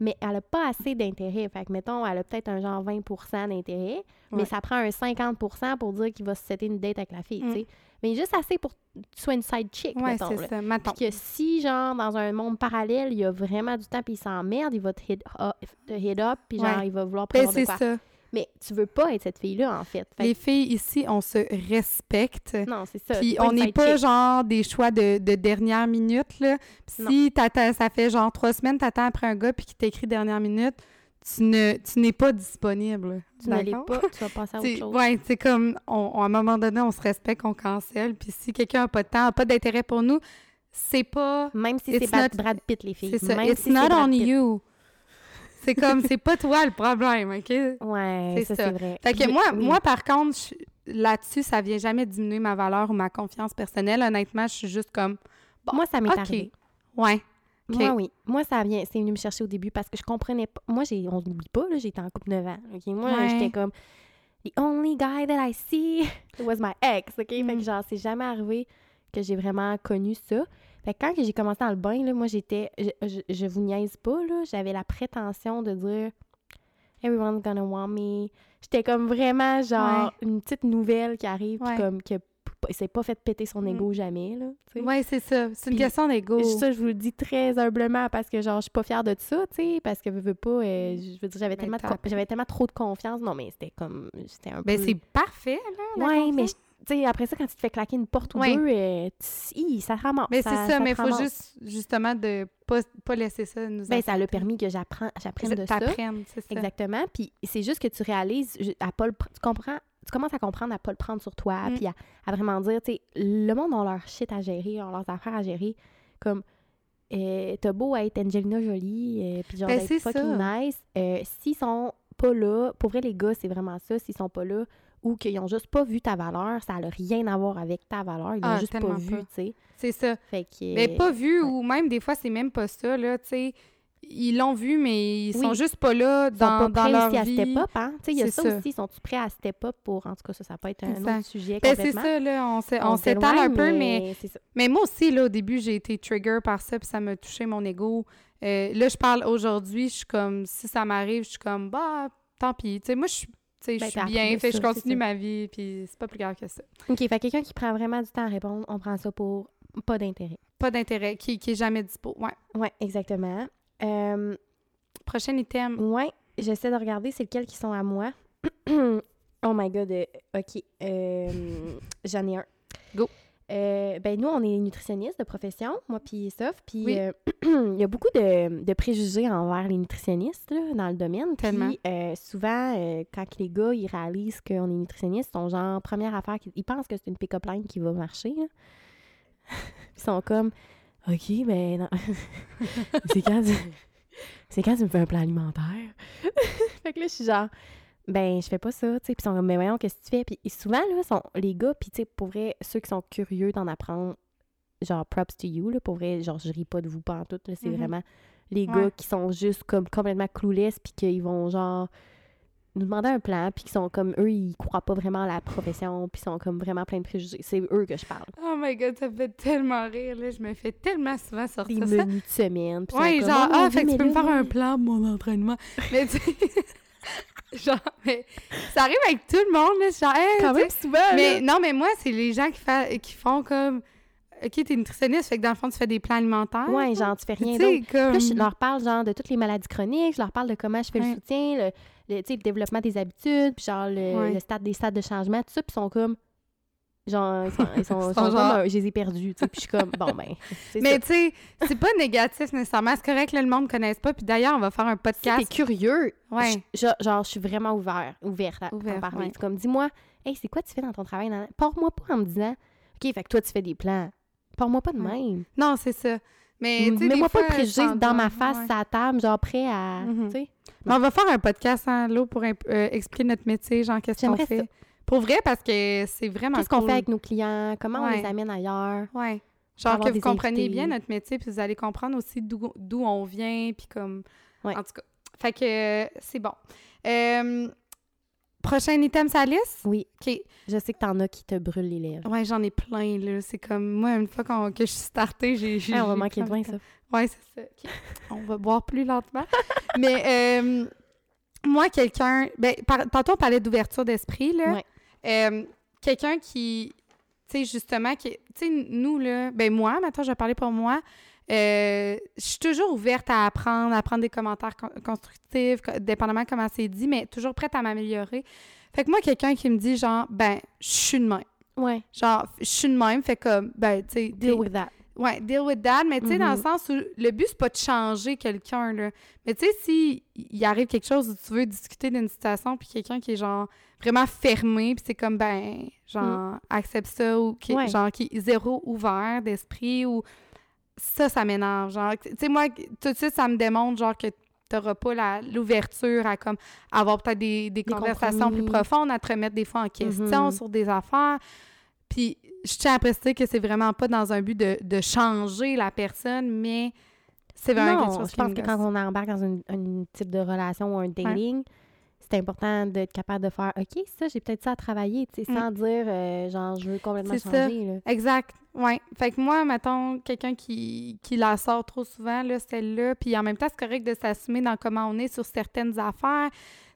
C: mais elle a pas assez d'intérêt. Fait que mettons, elle a peut-être un genre 20 d'intérêt, mais
D: Ouais.
C: ça prend un 50 pour dire qu'il va se setter une date avec la fille,
D: Mm.
C: tu sais. Mais juste assez pour que tu sois une side chick,
D: Ouais,
C: mettons. là.
D: c'est ça. Mettons.
C: Puis que si, genre, dans un monde parallèle, il y a vraiment du temps, puis il s'emmerde, il va te hit up, te hit up puis genre,
D: Ouais.
C: il va vouloir
D: Ben,
C: prévoir de
D: c'est
C: quoi.
D: ça.
C: Mais tu veux pas être cette fille-là, en fait. Fait
D: Les filles ici, on se respecte.
C: que non, c'est ça.
D: Puis
C: t'es
D: on
C: une
D: n'est
C: sidekick.
D: pas genre des choix de, de dernière minute là. Puis
C: Non.
D: Si t'attends, ça fait genre trois semaines, t'attends après un gars puis qui t'écrit dernière minute, tu ne, tu n'es pas disponible.
C: Tu ne l'es
D: D'accord?
C: pas, tu vas passer à autre
D: C'est-
C: chose.
D: Ouais, c'est comme, on, on- à un moment donné, on se respecte, on cancelle. Puis si quelqu'un n'a pas de temps, n'a pas d'intérêt pour nous, c'est pas.
C: Même si
D: It's
C: c'est pas
D: not-
C: Brad Pitt, les filles.
D: C'est ça.
C: Même
D: It's
C: si c'est
D: not
C: Brad
D: on
C: Pitt.
D: you. C'est comme, c'est pas toi le problème, OK? Fait
C: Ouais,
D: C'est
C: ça,
D: ça.
C: c'est vrai.
D: que
C: Puis-
D: moi,
C: oui.
D: moi par contre, je- là-dessus, ça vient jamais diminuer ma valeur ou ma confiance personnelle. Honnêtement, je suis juste comme, bon,
C: moi, ça m'est
D: OK.
C: arrivé.
D: Ouais. OK.
C: Moi, oui. Moi, ça vient. C'est venu me chercher au début parce que je comprenais pas. Moi, j'ai, on l'oublie pas, là, j'étais en couple 9 ans. ok? Moi,
D: Ouais.
C: j'étais comme. The only guy that I see was my ex, OK?
D: Mm.
C: Fait que genre, c'est jamais arrivé que j'ai vraiment connu ça. Fait que quand que j'ai commencé dans le bain, là, moi, j'étais... Je, je, je vous niaise pas, là. J'avais la prétention de dire « Everyone's gonna want me ». J'étais comme vraiment, genre, une petite nouvelle qui arrive, puis
D: Ouais.
C: comme que p- c'est pas fait péter son
D: Mm.
C: ego jamais, là. tu sais.
D: Ouais, c'est ça. C'est une
C: Puis-
D: question d'ego.
C: Je- Ça, je vous le dis très humblement parce que, genre, je suis pas fière de ça, tu sais, parce que, veux, veux pas, euh, je veux dire, j'avais
D: Ben,
C: tellement, de
D: t'as
C: con-
D: appris.
C: j'avais tellement trop de confiance. Non, mais c'était comme, c'était un
D: Ben,
C: peu...
D: c'est parfait, là. la
C: Ouais, mais,
D: confiance.
C: je- tu sais, après ça, quand tu te fais claquer une porte ou
D: Ouais.
C: deux, euh, tu- hi, ça te ramasse.
D: Mais c'est ça,
C: te
D: mais il faut
C: ramasse.
D: juste, justement, de pas, pas laisser ça nous
C: Ben, ça l'a permis que j'apprends, j'apprenne de ça.
D: t'apprendre, c'est ça.
C: Exactement. Puis c'est juste que tu réalises je- à pas le pr- tu comprends, tu commences à comprendre à pas le prendre sur toi,
D: Mm.
C: puis à, à vraiment dire, tu sais, le monde ont leur shit à gérer, ont leurs affaires à gérer, comme euh, t'as beau être Angelina Jolie, euh, puis genre
D: Ben,
C: d'être
D: c'est
C: fucking nice, euh, s'ils sont pas là, pour vrai les gars c'est vraiment ça, s'ils sont pas là ou qu'ils ont juste pas vu ta valeur, ça n'a rien à voir avec ta valeur, ils l'ont
D: Ah,
C: juste pas
D: tellement
C: vu,
D: pas.
C: tu sais.
D: C'est ça.
C: Fait que
D: Mais
C: euh,
D: pas vu, ou même des fois, c'est même pas ça, là, tu sais. Ils l'ont vu, mais ils sont
C: Oui.
D: juste pas là
C: Ils sont
D: dans,
C: pas
D: dans
C: prêts
D: leur
C: aussi à
D: vie. Ben,
C: step up, hein? Tu sais, il y a
D: C'est
C: ça,
D: ça.
C: aussi, sont-ils prêts à step up pour... En tout cas, ça, ça peut être un
D: Exact.
C: autre sujet
D: Ben, c'est
C: complètement.
D: ça, là, on s'é- on s'étale un
C: s'éloigne,
D: peu, mais...
C: c'est ça.
D: Mais moi aussi, là, au début, j'ai été trigger par ça, puis ça m'a touché mon ego. Euh, là, je parle aujourd'hui, je suis comme, si ça m'arrive, je suis comme, bah, tant pis. Tu sais, moi, je suis. tu sais,
C: Ben,
D: je suis
C: t'as appris
D: bien, fait
C: de
D: que
C: ça,
D: je
C: c'est
D: continue
C: ça.
D: ma vie, puis c'est pas plus grave que ça.
C: OK, fait que quelqu'un qui prend vraiment du temps à répondre, on prend ça pour pas d'intérêt.
D: Pas d'intérêt, qui, qui est jamais dispo. Ouais.
C: Ouais, exactement. Euh,
D: Prochain item.
C: ouais, j'essaie de regarder c'est lequel qui sont à moi. oh my God, euh, OK. euh, J'en ai un.
D: Go.
C: Euh, ben nous, on est nutritionnistes de profession, moi puis Soph, puis
D: Oui.
C: euh, il y a beaucoup de, de préjugés envers les nutritionnistes là, dans le domaine. Puis,
D: Tellement.
C: euh, souvent, euh, quand les gars, ils réalisent qu'on est nutritionniste, ils sont genre, première affaire, qu'ils- ils pensent que c'est une pick-up line qui va marcher. là. ils sont comme, OK, ben non. c'est quand tu... C'est quand tu me fais un plan alimentaire. fait que là, je suis genre, ben, je fais pas ça, tu sais. Puis ils sont comme, mais voyons, qu'est-ce que tu fais? Puis souvent, là, sont les gars, puis tu sais, pour vrai, ceux qui sont curieux d'en apprendre, genre, props to you, là, pour vrai, genre, je ris pas de vous pas en tout, là, c'est
D: Mhm.
C: vraiment les
D: Ouais.
C: gars qui sont juste comme complètement clueless, puis qu'ils vont, genre, nous demander un plan, puis qui sont comme, eux, ils croient pas vraiment à la profession, puis ils sont comme vraiment plein de préjugés. C'est eux que je parle.
D: Oh my god, ça me fait tellement rire, là. Je me fais tellement souvent
C: Des
D: sortir ça.
C: menus de semaine. puis ils sont
D: Ouais,
C: comme, oh
D: genre,
C: mon
D: ah,
C: Dieu,
D: fait que tu
C: mais
D: peux me
C: là,
D: faire un plan, mon entraînement. Mais tu sais, genre, mais ça arrive avec tout le monde, là. Genre, hey,
C: Quand
D: tu sais,
C: même souvent,
D: Mais non, mais moi, c'est les gens qui, fa- qui font comme. Ok, t'es nutritionniste, fait que dans le fond, tu fais des plans alimentaires.
C: là. Ouais, genre, tu fais rien
D: tu
C: d'autre.
D: sais, comme.
C: Puis là, je leur parle genre de toutes les maladies chroniques, je leur parle de comment je fais
D: Hum. Ouais.
C: le soutien, le, le, tu sais, le développement des habitudes, puis genre le,
D: Ouais.
C: le stade des stades de changement, tout ça, puis ils sont comme genre ils sont, ils sont-
D: Ils
C: ils
D: sont
C: sont
D: genre-
C: comme euh, je les ai perdus, tu sais, puis je suis comme bon ben c'est
D: mais
C: ça.
D: tu sais, c'est pas négatif nécessairement. C'est correct, là, le monde ne connaisse pas. Puis d'ailleurs, on va faire un
C: Si t'es
D: podcast.
C: curieux,
D: Ouais.
C: je- je- genre je suis vraiment ouvert, ouverte à, à
D: Ouvert,
C: en parler.
D: ouais.
C: C'est comme dis-moi, hey c'est quoi tu fais dans ton travail, nan, nan? pars-moi pas en me disant, ok fait que toi tu fais des plans, pars-moi pas de
D: Ouais.
C: même,
D: Non, c'est ça. Mais tu sais, des
C: Mm. mets-moi pas
D: fois,
C: de préjugés
D: ça en
C: dans ma
D: donne,
C: face,
D: ouais.
C: à la table, genre prêt à,
D: Mhm.
C: tu sais.
D: Mais on va faire un podcast en l'eau pour imp- euh, expliquer notre métier, genre, qu'est-ce qu'on
C: J'aimerais
D: fait.
C: ça.
D: Pour vrai, parce que c'est vraiment.
C: Qu'est-ce qu'on
D: cool.
C: fait avec nos clients? Comment on
D: Ouais.
C: les amène ailleurs?
D: Ouais. Genre
C: avoir
D: que vous
C: des
D: compreniez
C: invités.
D: bien notre métier, puis vous allez comprendre aussi d'où d'où on vient, puis comme...
C: Ouais.
D: En tout cas, fait que euh, c'est bon. Euh, prochain item, sa liste?
C: Oui.
D: OK.
C: Je sais que t'en as qui te brûlent les lèvres.
D: Ouais, j'en ai plein, là. C'est comme, moi, une fois qu'on- que je suis startée, j'ai... j'ai-
C: Ah, on va
D: j'ai
C: manquer de
D: plein temps.
C: vin, ça.
D: Ouais, c'est ça. OK. on va boire plus lentement. Mais euh, moi, quelqu'un... Ben, par- tantôt, on parlait d'ouverture d'esprit, là.
C: Ouais.
D: Euh, quelqu'un qui... Tu sais, justement, qui... Tu sais, nous, là... Ben, moi, maintenant, je vais parler pour moi. euh, je suis toujours ouverte à apprendre, à prendre des commentaires con- constructifs, co- dépendamment comment c'est dit, mais toujours prête à m'améliorer. Fait que moi, quelqu'un qui me dit, genre, ben, je suis de même.
C: Ouais.
D: Genre, je suis de même, fait comme, ben, tu sais,
C: Deal with that.
D: Ouais, deal with that, mais tu sais, dans le
C: Mhm.
D: sens où le but, c'est pas de changer quelqu'un, là. Mais tu sais, si il arrive quelque chose où tu veux discuter d'une situation, puis quelqu'un qui est genre vraiment fermé, puis c'est comme, ben, genre, accepte ça, ou qui,
C: Mm. Ouais.
D: genre, qui est zéro ouvert d'esprit, ou ça, ça m'énerve. Genre, tu sais, moi, tout de suite, ça me démontre, genre, que t'auras pas la- l'ouverture à comme avoir peut-être des, des
C: Des
D: conversations plus
C: compromis.
D: profondes, à te remettre des fois en question
C: Mhm.
D: sur des affaires. Puis je tiens à préciser que c'est vraiment pas dans un but de, de changer la personne, mais c'est vraiment quelque
C: Non,
D: chose
C: je
D: qui me
C: pense que
D: gosse.
C: quand on embarque dans une- un type de relation ou un dating, c'est important d'être capable de faire OK, ça, j'ai peut-être ça à travailler, tu sais, sans dire euh, genre, je veux complètement
D: Mm. C'est ça.
C: changer. Là.
D: Exact. Ouais. Fait que moi, mettons, quelqu'un qui, qui la sort trop souvent, là, celle-là, puis en même temps, c'est correct de s'assumer dans comment on est sur certaines affaires.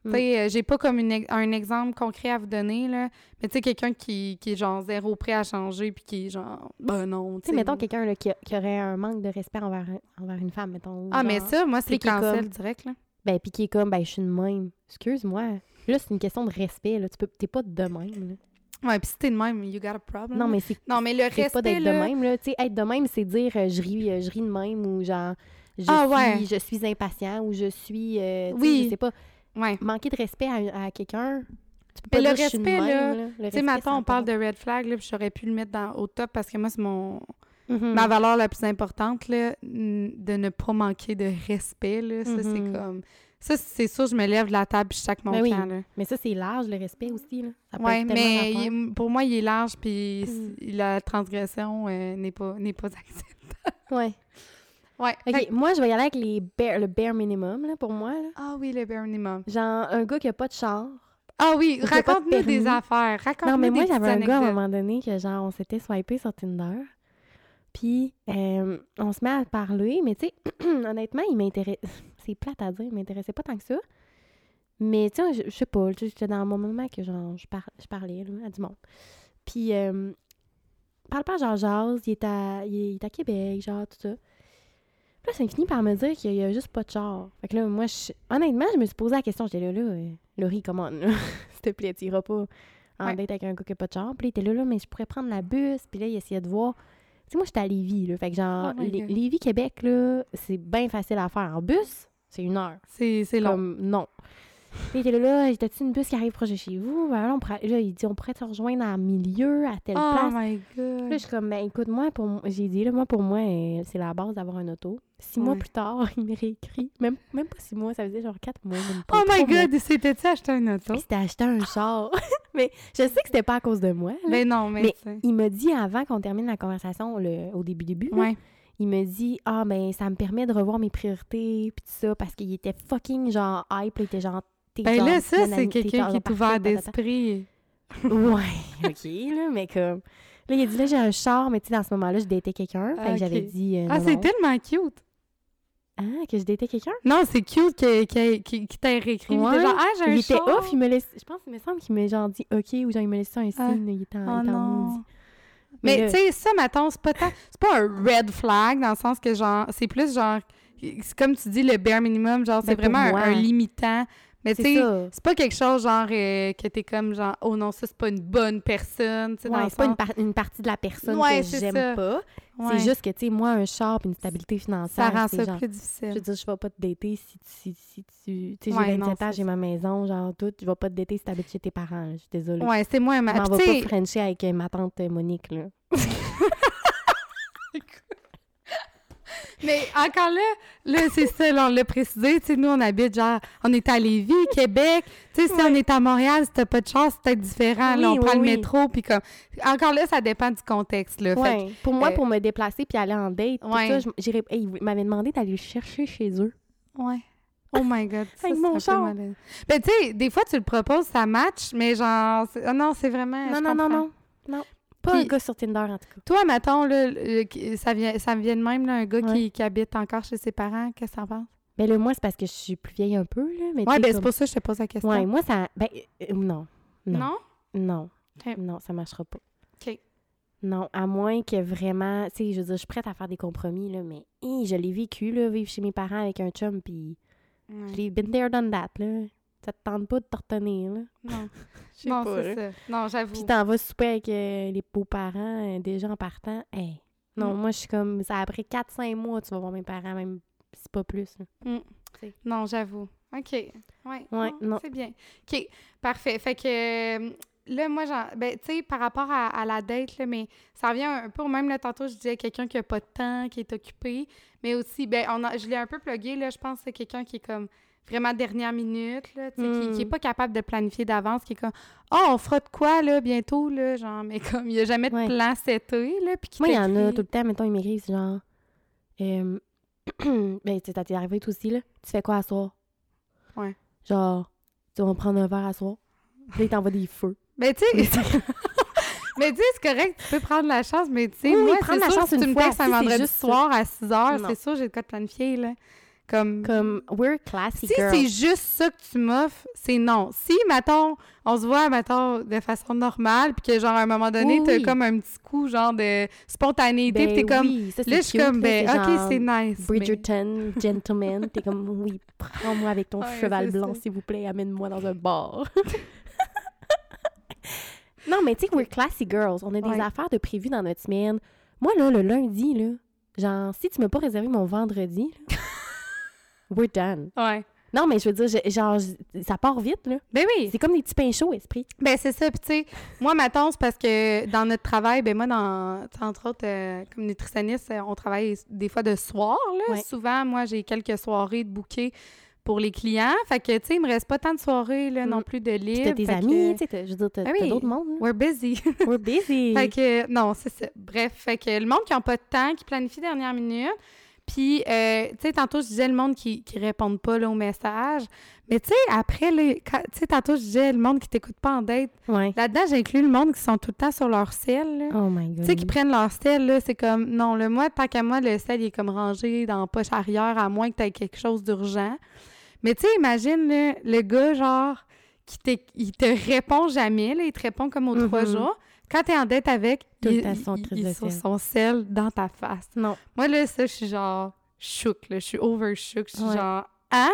C: Mm.
D: Tu sais, euh, j'ai pas comme une ex- un exemple concret à vous donner, là, mais tu sais, quelqu'un qui, qui est genre zéro prêt à changer, puis qui est genre, ben non,
C: Tu sais, mettons quelqu'un là, qui, a- qui aurait un manque de respect envers, un- envers une femme, mettons. ou
D: Ah, mais
C: genre-
D: ça, moi, c'est
C: puis qui est
D: cancel
C: comme-
D: direct, là.
C: Ben, puis qui est comme, ben, je suis de même. Excuse-moi. Là, c'est une question de respect, là. Tu peux, t'es pas de même, là.
D: Ouais, puis si t'es de même, you got a problem.
C: Non,
D: là.
C: mais c'est
D: Non, mais le
C: c'est
D: respect,
C: pas d'être de
D: là,
C: même, là. Tu sais, être de même, c'est dire, euh, je ris, euh, je ris de même ou genre, je,
D: Ah,
C: suis,
D: ouais.
C: je suis impatient ou je suis, euh, tu sais,
D: Oui.
C: je sais pas.
D: Ouais.
C: Manquer de respect à, à quelqu'un, tu peux
D: Mais
C: pas
D: le
C: dire, je suis de
D: respect,
C: même,
D: là,
C: là. Le
D: Tu sais,
C: respect,
D: maintenant,
C: ça
D: on
C: a pas
D: parle de red flag, là, puis j'aurais pu le mettre dans, au top parce que moi, c'est mon,
C: Mhm.
D: ma valeur la plus importante, là, n- de ne pas manquer de respect, là, ça,
C: Mhm.
D: c'est comme... Ça, c'est sûr, je me lève de la table puis je chaque mon
C: Ben oui.
D: camp, là.
C: Mais ça, c'est large, le respect aussi. Là. Ça peut
D: Ouais,
C: être tellement
D: mais
C: d'affaires.
D: il- pour moi, il est large, puis
C: Mm.
D: c- la transgression euh, n'est pas, n'est pas acceptée.
C: Ouais.
D: Ouais.
C: OK,
D: Fait que-
C: moi, je vais y aller avec les bare- le bare minimum, là, pour moi. Là.
D: Ah oui, le bare minimum.
C: Genre, un gars qui a pas de char.
D: Ah oui,
C: Il y a pas de
D: raconte-nous des
C: permis.
D: affaires. Raconte-nous
C: non, mais moi,
D: des
C: j'avais un
D: petites
C: gars à un
D: anecdotes.
C: moment donné que, genre, on s'était swipé sur Tinder. Puis, euh, on se met à parler, mais tu sais, honnêtement, il m'intéresse. C'est plate à dire, il m'intéressait pas tant que ça. Mais tu sais, je- je sais pas, tu sais, j'étais dans mon moment que, genre, je, par- je parlais là, à du monde. Puis, euh, parle pas, genre, jase, il est, à... il est à Québec, genre, tout ça. Puis là, ça finit par me dire qu'il y a juste pas de char. Fait que là, moi, je- honnêtement, je me suis posé la question. J'étais là, là, euh, Laurie, comment, s'il te plaît, t'iras pas en
D: Ouais.
C: date avec un gars qui a pas de char. Puis là, il était là, là, mais je pourrais prendre la bus. Puis là, il essayait de voir. Tu sais, moi, j'étais à Lévis, là. Fait que genre,
D: Oh my
C: Lé-
D: God.
C: Lévis-Québec, là, c'est bien facile à faire. En bus, c'est une heure.
D: C'est c'est long.
C: Comme, non. Puis il était là, là, t'as-tu une bus qui arrive proche de chez vous? Ben là, on pourrait- là, il dit, on pourrait te rejoindre en milieu, à telle
D: Oh
C: place.
D: my God.
C: Là, je suis comme, ben, écoute, moi, pour m- j'ai dit, là, moi, pour moi, euh, c'est la base d'avoir un auto. Six mois
D: Ouais.
C: plus tard, il me réécrit. Même, même pas six mois, ça faisait genre quatre mois. même pas,
D: Oh my
C: trois mois.
D: God, c'était-tu acheter un auto?
C: Puis C'était acheté un char. mais je sais que c'était pas à cause de moi. là.
D: Ben non, mais...
C: Mais-
D: c'est-
C: Il m'a dit avant qu'on termine la conversation le, au début-début, là,
D: Ouais.
C: il me dit Ah, ben, ça me permet de revoir mes priorités, puis tout ça, parce qu'il était fucking genre hype, là, il était genre. t'es
D: Ben
C: genre-
D: là, ça,
C: nanani-
D: c'est
C: t'es
D: quelqu'un
C: genre
D: qui est
C: parfait,
D: ouvert
C: patata.
D: d'esprit.
C: Ouais, OK, là, mais comme. Là, il a dit, là, j'ai un char, mais tu sais, dans ce moment-là, je datais quelqu'un. Fait que
D: Ok.
C: j'avais dit. euh,
D: Ah,
C: non,
D: c'est
C: non.
D: tellement cute.
C: Ah, que je datais quelqu'un?
D: Non, c'est cute qu'il qui t'ait réécrit. Il
C: Ouais.
D: était genre, ah, j'ai un
C: Il était
D: char.
C: off, il me laisse. Je pense, il me semble qu'il m'a genre dit OK ou genre il me laissait un
D: Ah.
C: signe, il était en,
D: Oh
C: il était
D: non.
C: en maudit. Mais
D: Mais
C: là-
D: tu sais, ça, mettons, c'est pas tant... C'est pas un red flag dans le sens que, genre, c'est plus genre... C'est comme tu dis, le bare minimum, genre, c'est
C: Ben, pour
D: vraiment un,
C: moi.
D: un limitant. Mais tu
C: C'est
D: sais,
C: ça.
D: c'est pas quelque chose, genre, euh, que t'es comme, genre, oh non, ça, c'est pas une bonne personne, tu sais, dans
C: Ouais,
D: le
C: c'est pas
D: sens...
C: une, par- une partie de la personne
D: Ouais,
C: que
D: c'est
C: j'aime
D: ça.
C: pas.
D: Ouais.
C: C'est juste que, tu sais, moi, un char puis une stabilité
D: Ça
C: financière,
D: rend
C: c'est
D: ça
C: genre,
D: plus
C: Je veux
D: difficile.
C: dire, je vais pas te dater si tu... Si, si tu tu sais,
D: Ouais,
C: j'ai
D: non,
C: 27 ans,
D: c'est
C: j'ai ma maison, genre tout. Je vais pas te dater si t'habites chez tes parents. là. Je suis désolée.
D: Ouais, c'est moins...
C: Je
D: ma-
C: m'en
D: Puis, tu
C: vais
D: sais,
C: pas frencher avec euh, ma tante euh, Monique, là.
D: Mais encore là, là, c'est ça, là, on l'a précisé, tu sais, nous, on habite genre, on est à Lévis, Québec, tu sais, si on est à Montréal, si t'as pas de chance, c'est peut-être différent, là,
C: Oui,
D: on prend
C: oui,
D: le
C: oui.
D: métro, puis comme, encore là, ça dépend du contexte, là, fait
C: Ouais. Pour moi,
D: euh,
C: pour me déplacer puis aller en date, tout
D: Ouais.
C: ça, je- j'irais... Hey, ils m'avaient demandé d'aller le chercher chez eux.
D: que- ouais. Oh my God, ça, c'est
C: Avec mon
D: un peu
C: char.
D: malaise. Ben, tu sais, des fois, tu le proposes, ça match, mais genre, c'est- ah non, c'est vraiment,
C: Non,
D: je
C: non, non,
D: comprends.
C: non. Non. Pas un
D: Puis-
C: gars sur Tinder, en tout cas.
D: Toi, mettons, là, le- qui- ça, vient, ça me vient de même, là, un gars
C: Ouais.
D: qui, qui habite encore chez ses parents, qu'est-ce que t'en penses?
C: Mais là, moi, c'est parce que je suis plus vieille un peu, là. Mais
D: Ouais,
C: tu sais,
D: ben, c'est
C: comme-
D: pour ça que je te pose la question.
C: Ouais, moi, ça... Ben, euh, non. Non.
D: Non?
C: Non.
D: Ok.
C: Non, ça marchera pas.
D: OK.
C: Non, à moins que vraiment... Tu sais, je veux dire, je suis prête à faire des compromis, là, mais hi, je l'ai vécu, là, vivre chez mes parents avec un chum, puis
D: Ouais.
C: j'ai been there, done that, là. Ça te tente pas de te retenir, là.
D: Non,
C: Je sais
D: non
C: pas,
D: c'est
C: là.
D: ça. Non,
C: Puis
D: j'avoue.
C: t'en vas souper avec euh, les beaux-parents, euh, déjà en partant. Hey. Non,
D: Mm.
C: moi, je suis comme... Ça a pris 4-5 mois, tu vas voir mes parents, même si pas plus, là.
D: Non, j'avoue. OK. Ouais. non,
C: non.
D: C'est bien. OK. Parfait. Fait que euh, là, moi, j'en- ben, tu sais, par rapport à, à la date, là, mais ça revient un peu au même. Là, tantôt, je disais quelqu'un qui a pas de temps, qui est occupé, mais aussi, ben, on a- je l'ai un peu plugué, là, je pense, c'est quelqu'un qui est comme vraiment dernière minute, là, tu sais, qui,
C: Mm.
D: qui est pas capable de planifier d'avance, qui est comme « Ah, on fera de quoi, là, bientôt, là? » Genre, mais comme, il n'y a jamais de
C: Ouais.
D: plan cet été, là, puis qui
C: Moi, il y en a
D: t'écrit-
C: tout le temps, mettons, ils m'écrivent, c'est genre. Euh, ben, tu sais, t'es arrivé toi aussi, là. Tu fais quoi à soir?
D: Ouais.
C: Genre, tu on va prendre un verre à soir. Puis là, il t'envoie des feux.
D: Mais tu sais, mais tu sais, c'est correct, tu peux prendre la chance, mais tu sais,
C: Oui, oui,
D: moi,
C: prendre
D: c'est
C: la
D: sûr,
C: chance
D: si tu
C: une
D: me
C: fois,
D: textes un
C: si, c'est
D: vendredi
C: juste ça.
D: soir à 6 heures,
C: Non.
D: c'est sûr, j'ai de quoi de planifier, là. Comme,
C: Comme, we're classy
D: si
C: girl.
D: c'est juste ça que tu m'offres, c'est non. Si, mettons, on se voit, mettons, de façon normale, puis que, genre, à un moment donné,
C: Oui,
D: t'as
C: oui. Ben
D: comme un petit coup, genre, de spontanéité, puis t'es comme,
C: oui, ça, c'est
D: là, je suis
C: cute,
D: comme, ben,
C: là,
D: ok,
C: genre
D: c'est nice. mais-
C: Bridgerton, gentleman, t'es comme, oui, prends-moi avec ton
D: Ouais,
C: cheval
D: c'est
C: blanc,
D: ça.
C: s'il vous plaît, amène-moi dans un bar. non, mais tu sais, we're classy girls. On a des
D: Ouais.
C: affaires de prévues dans notre semaine. Moi, là, le lundi, là, genre, si tu m'as pas réservé mon vendredi, là, we're done.
D: Ouais.
C: Non, mais je veux dire, je- genre, je- ça part vite, là.
D: Ben oui.
C: C'est comme des petits pains chauds, esprit.
D: Ben c'est ça, puis tu sais, moi mettons, c'est parce que dans notre travail, ben moi dans tu sais, entre autres euh, comme nutritionniste, euh, on travaille des fois de soir là,
C: Ouais.
D: souvent moi j'ai quelques soirées de bouquets pour les clients, fait que tu sais, il me reste pas tant de soirées là non
C: Mm.
D: plus de
C: Puis
D: libre.
C: t'as des
D: fait
C: amis,
D: que-
C: tu sais, t'as- je veux dire, t'as
D: Ben
C: t'as
D: oui.
C: d'autres mondes. là.
D: We're busy.
C: We're busy.
D: fait que euh, non, c'est ça. Bref, fait que le monde qui n'a pas de temps, qui planifie dernière minute, puis euh, tu sais tantôt je disais le monde qui qui répond pas là, aux messages, mais tu sais après là, quand- tu sais tantôt je disais le monde qui t'écoute pas en date
C: Ouais.
D: Là-dedans, j'inclus le monde qui sont tout le temps sur leur sel. là.
C: Oh my god.
D: Tu sais, qui prennent leur sel, là, c'est comme, non, le moi, tant qu'à moi, le sel, il est comme rangé dans la poche arrière, à moins que tu aies quelque chose d'urgent. Mais tu sais, imagine, là, le gars, genre, qui t'é- il te répond jamais, là, il te répond comme aux
C: Mhm.
D: trois jours. Quand t'es en dette avec,
C: Tout le
D: il,
C: temps son
D: il-
C: crise
D: il-
C: de
D: son-
C: sel.
D: son sel dans ta face.
C: Non.
D: Moi, là, ça, je suis genre shook, là, je suis over shook, je suis
C: Ouais.
D: genre, hein?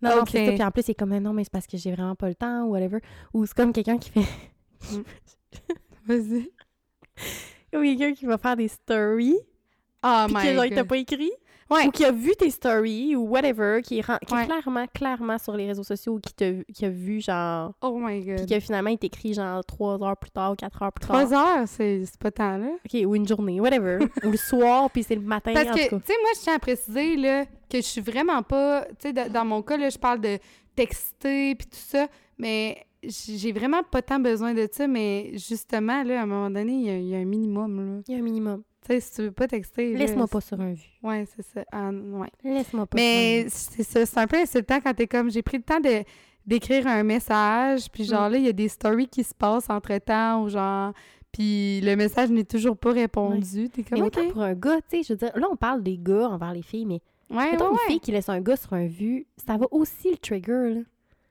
C: Non, non, c'est
D: Ok.
C: ça. Puis en plus, c'est comme, non, mais c'est parce que j'ai vraiment pas le temps ou whatever. Ou c'est comme quelqu'un qui fait.
D: Vas-y.
C: Ou quelqu'un qui va faire des stories.
D: Oh
C: puis
D: my
C: que, genre, il t'a
D: God.
C: pas écrit.
D: Ouais.
C: Ou qui a vu tes stories ou whatever. Qui est, ren- qui est
D: Ouais.
C: clairement, clairement sur les réseaux sociaux ou qui, t'a- qui a vu, genre.
D: Oh my
C: Puis
D: God.
C: que finalement, il t'écrit, genre, trois heures plus tard ou quatre heures plus tard.
D: Trois heures, c'est c'est pas tant, là.
C: OK, ou une journée, whatever. ou le soir, puis c'est le matin,
D: Parce
C: en
D: que,
C: tout
D: tu sais, moi, je tiens à préciser là, que je suis vraiment pas. Tu sais, de- dans mon cas, là, je parle de texter puis tout ça, mais j- j'ai vraiment pas tant besoin de ça. Mais justement, là, à un moment donné, il y a- il y, a un minimum. là.
C: Il y a un minimum.
D: Tu sais, si tu veux pas texter. là,
C: Laisse-moi pas
D: c'est-
C: sur un vu.
D: Ouais, c'est ça. Ah, ouais.
C: Laisse-moi pas sur un
D: Mais c'est ça. C'est un peu insultant quand t'es comme. J'ai pris le temps de d'écrire un message, puis genre là, il y a des stories qui se passent entre temps, ou genre. Puis le message n'est toujours pas répondu. T'es comme.
C: Mais
D: OK.
C: autant pour un gars, tu sais, je veux dire, là, on parle des gars envers les filles, mais
D: Ouais, ouais,
C: Mettons une
D: ouais.
C: fille qui laisse un gars sur un vu, ça va aussi le trigger, là.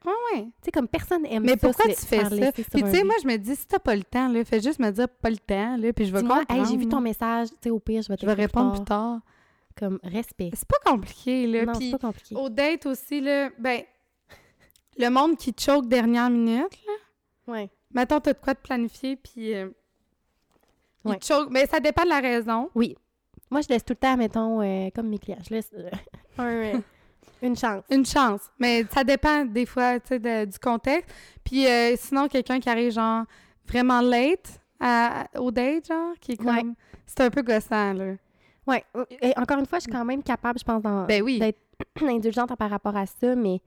C: Tu
D: Ouais, ouais.
C: sais, comme personne aime
D: Mais
C: ça,
D: pourquoi
C: se la-
D: tu fais
C: faire laisser
D: ça?
C: sur
D: Puis
C: un
D: tu sais,
C: vu.
D: moi, je me dis, si t'as pas le temps, là, fais juste me dire pas le temps, là, puis je vais
C: Dis-moi,
D: comprendre.
C: Hey, j'ai vu ton message, tu sais, au pire, je vais te
D: Je vais répondre plus tard.
C: Comme respect.
D: C'est pas compliqué, là.
C: Non, c'est
D: puis
C: pas compliqué.
D: au date aussi, là, ben, le monde qui choke dernière minute, là.
C: Ouais.
D: Mettons, t'as de quoi te planifier, puis... euh, il
C: Ouais.
D: choke. Mais ça dépend de la raison.
C: Moi, je laisse tout le temps, mettons, euh, comme mes clients, je laisse euh, un, euh, une chance.
D: Une chance. Mais ça dépend, des fois, tu sais, de- du contexte. Puis euh, sinon, quelqu'un qui arrive, genre, vraiment late à- au date, genre, qui est comme...
C: Ouais.
D: C'est un peu gossant, là.
C: Ouais. euh, Et encore une fois, je
D: Mm.
C: suis quand même capable, je pense, d'en-
D: Ben oui.
C: d'être indulgente par rapport à ça, mais